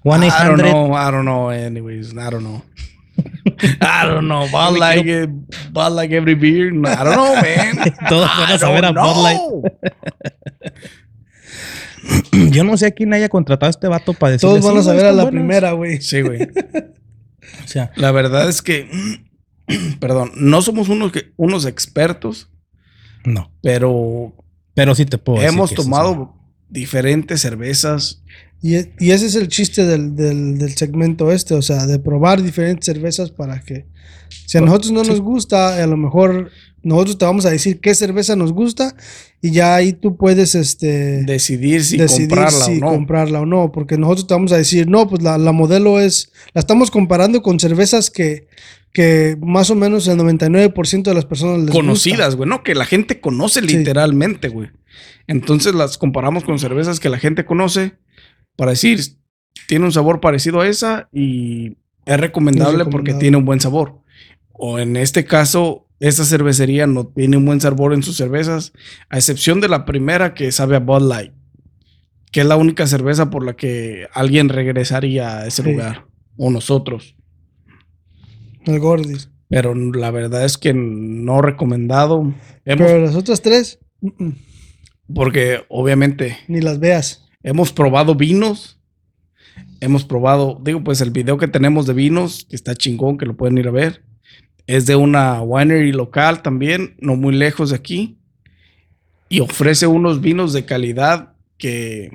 [SPEAKER 2] Ah,
[SPEAKER 1] don't
[SPEAKER 3] 1-800.
[SPEAKER 1] know, I don't know, anyways, I don't know. [LAUGHS] I don't know,
[SPEAKER 3] Yo
[SPEAKER 1] but
[SPEAKER 3] me
[SPEAKER 1] like, it- but like every beer, no, I don't know,
[SPEAKER 3] [LAUGHS]
[SPEAKER 1] man.
[SPEAKER 3] [LAUGHS] Todos
[SPEAKER 2] Ah,
[SPEAKER 3] van a
[SPEAKER 1] I
[SPEAKER 3] saber a
[SPEAKER 1] don't
[SPEAKER 3] Bud Light. [CLEARS THROAT]
[SPEAKER 1] know.
[SPEAKER 3] Yo no sé a quién haya contratado a este vato para decirle
[SPEAKER 2] Todos van
[SPEAKER 3] "Sí,
[SPEAKER 2] a
[SPEAKER 3] güey,
[SPEAKER 2] saber a
[SPEAKER 3] están
[SPEAKER 2] la
[SPEAKER 3] buenas".
[SPEAKER 2] primera, güey.
[SPEAKER 1] Sí, güey.
[SPEAKER 3] O sea,
[SPEAKER 1] La verdad es que, [CLEARS THROAT] perdón, no somos unos, que, unos expertos,
[SPEAKER 3] no.
[SPEAKER 1] pero
[SPEAKER 3] Pero sí te puedo decir
[SPEAKER 1] hemos
[SPEAKER 3] que eso es
[SPEAKER 1] tomado diferentes cervezas.
[SPEAKER 2] Y, e- y ese es el chiste del, del, del segmento este, o sea, de probar diferentes cervezas para que si a nosotros no nos gusta, a lo mejor nosotros te vamos a decir qué cerveza nos gusta y ya ahí tú puedes este,
[SPEAKER 1] Decidir si
[SPEAKER 2] decidir
[SPEAKER 1] comprarla
[SPEAKER 2] si
[SPEAKER 1] o no.
[SPEAKER 2] comprarla o no, porque nosotros te vamos a decir, no, pues la, la modelo es, la estamos comparando con cervezas que, que más o menos el 99% de las personas les gusta.
[SPEAKER 1] conocidas, güey, ¿no? Que la gente conoce
[SPEAKER 2] Sí.
[SPEAKER 1] literalmente, güey. Entonces las comparamos con cervezas que la gente conoce para decir, tiene un sabor parecido a esa y es recomendable,
[SPEAKER 2] Es recomendable.
[SPEAKER 1] porque tiene un buen sabor. O en este caso, Esta cervecería no tiene un buen sabor en sus cervezas, a excepción de la primera que sabe a Bud Light, que es la única cerveza por la que alguien regresaría a ese
[SPEAKER 2] Sí.
[SPEAKER 1] lugar, o nosotros.
[SPEAKER 2] El Gordis.
[SPEAKER 1] Pero la verdad es que no recomendado. Hemos-
[SPEAKER 2] Pero las otras tres, mm, mm,
[SPEAKER 1] porque obviamente
[SPEAKER 2] ni las veas.
[SPEAKER 1] Hemos probado vinos. Hemos probado, digo, pues el video que tenemos de vinos, que está chingón, que lo pueden ir a ver. Es de una winery local también, no muy lejos de aquí. Y ofrece unos vinos de calidad que,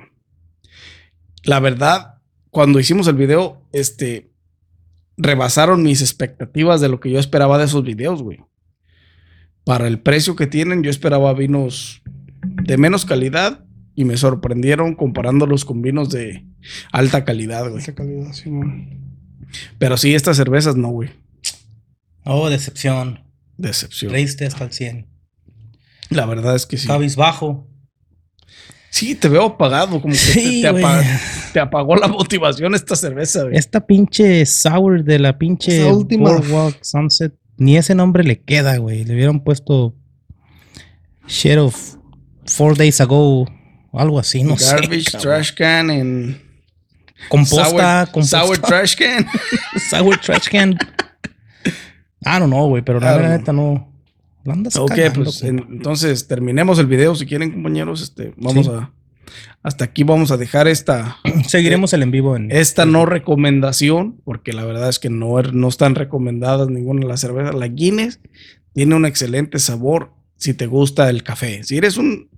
[SPEAKER 1] la verdad, cuando hicimos el video, este, rebasaron mis expectativas de lo que yo esperaba de esos videos, güey. Para el precio que tienen, yo esperaba vinos de menos calidad y me sorprendieron comparándolos con vinos de alta calidad, güey.
[SPEAKER 2] Esa calidad, Simón.
[SPEAKER 1] Pero sí, estas cervezas no, güey.
[SPEAKER 3] Oh, decepción.
[SPEAKER 1] Decepción.
[SPEAKER 3] Reíste hasta el 100.
[SPEAKER 1] La verdad es que sí.
[SPEAKER 3] Cabizbajo.
[SPEAKER 1] Sí, te veo apagado, como que
[SPEAKER 3] Sí,
[SPEAKER 1] te, te
[SPEAKER 3] güey.
[SPEAKER 1] apa- te apagó la motivación esta cerveza, güey.
[SPEAKER 3] Esta pinche sour de la pinche
[SPEAKER 2] Esa última.
[SPEAKER 3] Boardwalk Sunset. Ni ese nombre le queda, güey. Le hubieran puesto Shit of Four Days Ago. o Algo así, no
[SPEAKER 1] Garbage,
[SPEAKER 3] sé. cabrón.
[SPEAKER 1] trash can, en
[SPEAKER 3] Composta,
[SPEAKER 1] sour,
[SPEAKER 3] composta.
[SPEAKER 1] sour trash can.
[SPEAKER 3] [LAUGHS] sour trash can. I don't know, güey, pero la
[SPEAKER 1] I don't
[SPEAKER 3] mera neta no. La andas
[SPEAKER 1] ok,
[SPEAKER 3] cagando,
[SPEAKER 1] pues
[SPEAKER 3] compa.
[SPEAKER 1] en- entonces terminemos el video si quieren, compañeros. Este, vamos
[SPEAKER 3] Sí.
[SPEAKER 1] a. Hasta aquí vamos a dejar esta,
[SPEAKER 3] [CLEARS THROAT] Seguiremos el en vivo en.
[SPEAKER 1] esta no recomendación, porque la verdad es que no, er- no están recomendadas ninguna de las cervezas. La Guinness tiene un excelente sabor si te gusta el café. Si eres un,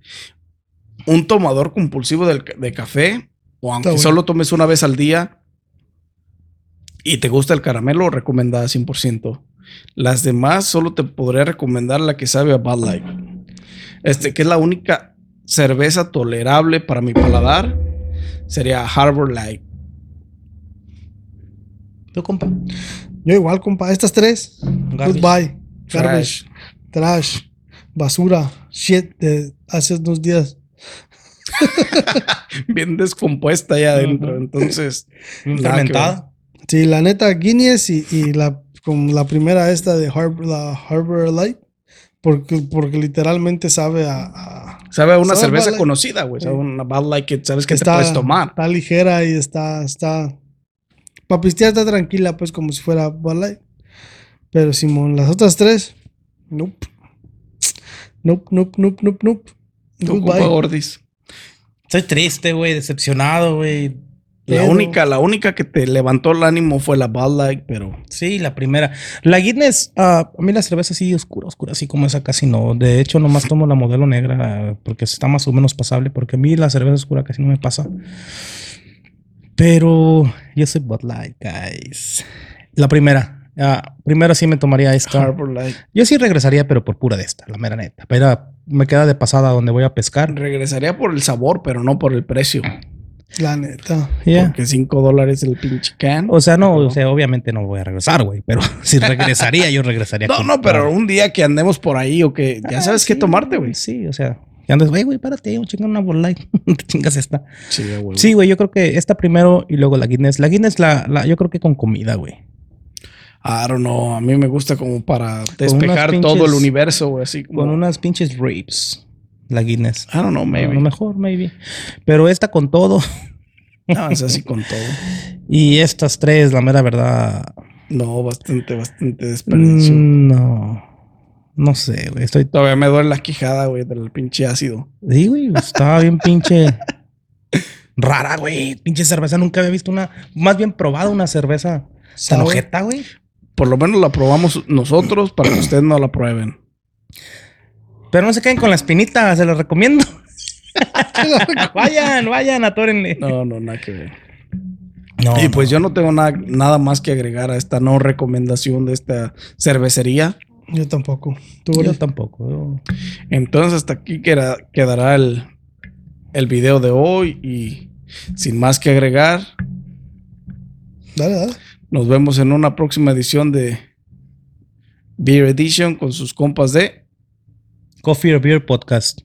[SPEAKER 1] un tomador compulsivo del ca- de café, o aunque
[SPEAKER 2] bueno.
[SPEAKER 1] solo tomes una vez al día y te gusta el caramelo, recomendada 100%. Las demás solo te podría recomendar la que sabe a Bud Light. Este, que es la única cerveza tolerable para mi paladar, sería Harbor Light.
[SPEAKER 3] Tú, compa.
[SPEAKER 1] Pues
[SPEAKER 2] Yo igual, compa. Estas tres,
[SPEAKER 3] Garbage.
[SPEAKER 2] goodbye. Garbage,
[SPEAKER 1] Trash.
[SPEAKER 2] trash, basura, shit de hace unos días.
[SPEAKER 1] Bien descompuesta ya adentro.
[SPEAKER 3] Ujú.
[SPEAKER 1] Entonces,
[SPEAKER 3] Bien
[SPEAKER 1] Nada que
[SPEAKER 3] fermentada.
[SPEAKER 2] Sí, la neta, Guinness y, y la, con la primera esta de Harbor, la Harbor Light, porque, porque literalmente sabe a, a-
[SPEAKER 1] sabe a una
[SPEAKER 2] Sabe a Bud
[SPEAKER 1] cerveza
[SPEAKER 2] Light.
[SPEAKER 1] conocida, güey. Sabe a una Bud Light que sabes que te
[SPEAKER 2] Está-
[SPEAKER 1] puedes tomar.
[SPEAKER 2] Está ligera y está, está. Para pistear está tranquila, pues como si fuera Bud Light. Pero Simón, las otras tres, nope. Nope, nope, nope, nope, nope.
[SPEAKER 1] Tú,
[SPEAKER 2] Goodbye.
[SPEAKER 1] compa Gordis.
[SPEAKER 3] Estoy triste, güey, decepcionado, güey.
[SPEAKER 1] La
[SPEAKER 2] Pero-
[SPEAKER 1] única, la única que te levantó el ánimo fue la Bud Light, pero
[SPEAKER 3] Sí, la primera. La Guinness, ah, a mí la cerveza sí oscura, oscura, así como esa casi no. De hecho, nomás tomo la modelo negra ah, porque está más o menos pasable, porque a mí la cerveza oscura casi no me pasa. Pero yo soy Bud Light, guys. La primera. Ah, primero sí me tomaría esta.
[SPEAKER 1] Harbor Light.
[SPEAKER 3] Yo sí regresaría, pero por pura de esta, la mera neta. Pero me queda de pasada donde voy a pescar.
[SPEAKER 1] Regresaría por el sabor, pero no por el precio.
[SPEAKER 2] La neta.
[SPEAKER 3] Ya.
[SPEAKER 1] Porque 5 dólares el pinche can.
[SPEAKER 3] O sea, no, o sea, obviamente no voy a regresar, güey. Pero [LAUGHS] si regresaría, yo regresaría.
[SPEAKER 1] No,
[SPEAKER 3] con-
[SPEAKER 1] no, pero un día que andemos por ahí o que ya
[SPEAKER 3] Ah,
[SPEAKER 1] sabes qué
[SPEAKER 3] sí,
[SPEAKER 1] tomarte, güey.
[SPEAKER 3] Sí, o sea, y andas, güey, güey, párate, un chingo una bola [LAUGHS] y te chingas esta.
[SPEAKER 1] Pues Sí, güey.
[SPEAKER 3] Sí, güey, yo creo que esta primero y luego la Guinness. La Guinness, la, la- yo creo que con comida, güey.
[SPEAKER 1] I don't know. A mí me gusta como para despejar
[SPEAKER 3] unas
[SPEAKER 1] todo el
[SPEAKER 3] pinches-
[SPEAKER 1] universo, güey. Así como.
[SPEAKER 3] Con unas pinches ribs, la Guinness.
[SPEAKER 1] I don't know,
[SPEAKER 3] A
[SPEAKER 1] maybe.
[SPEAKER 3] lo mejor, maybe. Pero esta con todo
[SPEAKER 1] No, es así con todo.
[SPEAKER 3] y estas tres, la mera verdad,
[SPEAKER 1] No, bastante, bastante desperdicio.
[SPEAKER 3] mm, no. No sé, güey, estoy...
[SPEAKER 1] Todavía me duele la quijada, güey, del pinche ácido.
[SPEAKER 3] Sí, güey, estaba bien pinche... Rara, güey. Pinche cerveza. Nunca había visto una... Más bien probado una cerveza tan
[SPEAKER 2] Sour.
[SPEAKER 3] ojeta, güey.
[SPEAKER 1] Por lo menos la probamos nosotros para que ustedes no la prueben.
[SPEAKER 3] Pero no se queden con la espinita, se los recomiendo. [LAUGHS] vayan, vayan, atórenle.
[SPEAKER 1] No, no, nada que ver.
[SPEAKER 3] No,
[SPEAKER 1] Y pues
[SPEAKER 3] no.
[SPEAKER 1] yo no tengo nada, nada más que agregar a esta no recomendación de esta cervecería.
[SPEAKER 2] [LAUGHS] Yo tampoco. Tú,
[SPEAKER 3] yo,
[SPEAKER 2] Ori?
[SPEAKER 3] tampoco. yo-
[SPEAKER 1] Entonces hasta aquí queda- quedará el, el video de hoy y sin más que agregar,
[SPEAKER 2] Dale, dale.
[SPEAKER 1] nos vemos en una próxima edición de Beer Edition con sus compas de...
[SPEAKER 3] Coffee or Beer Podcast.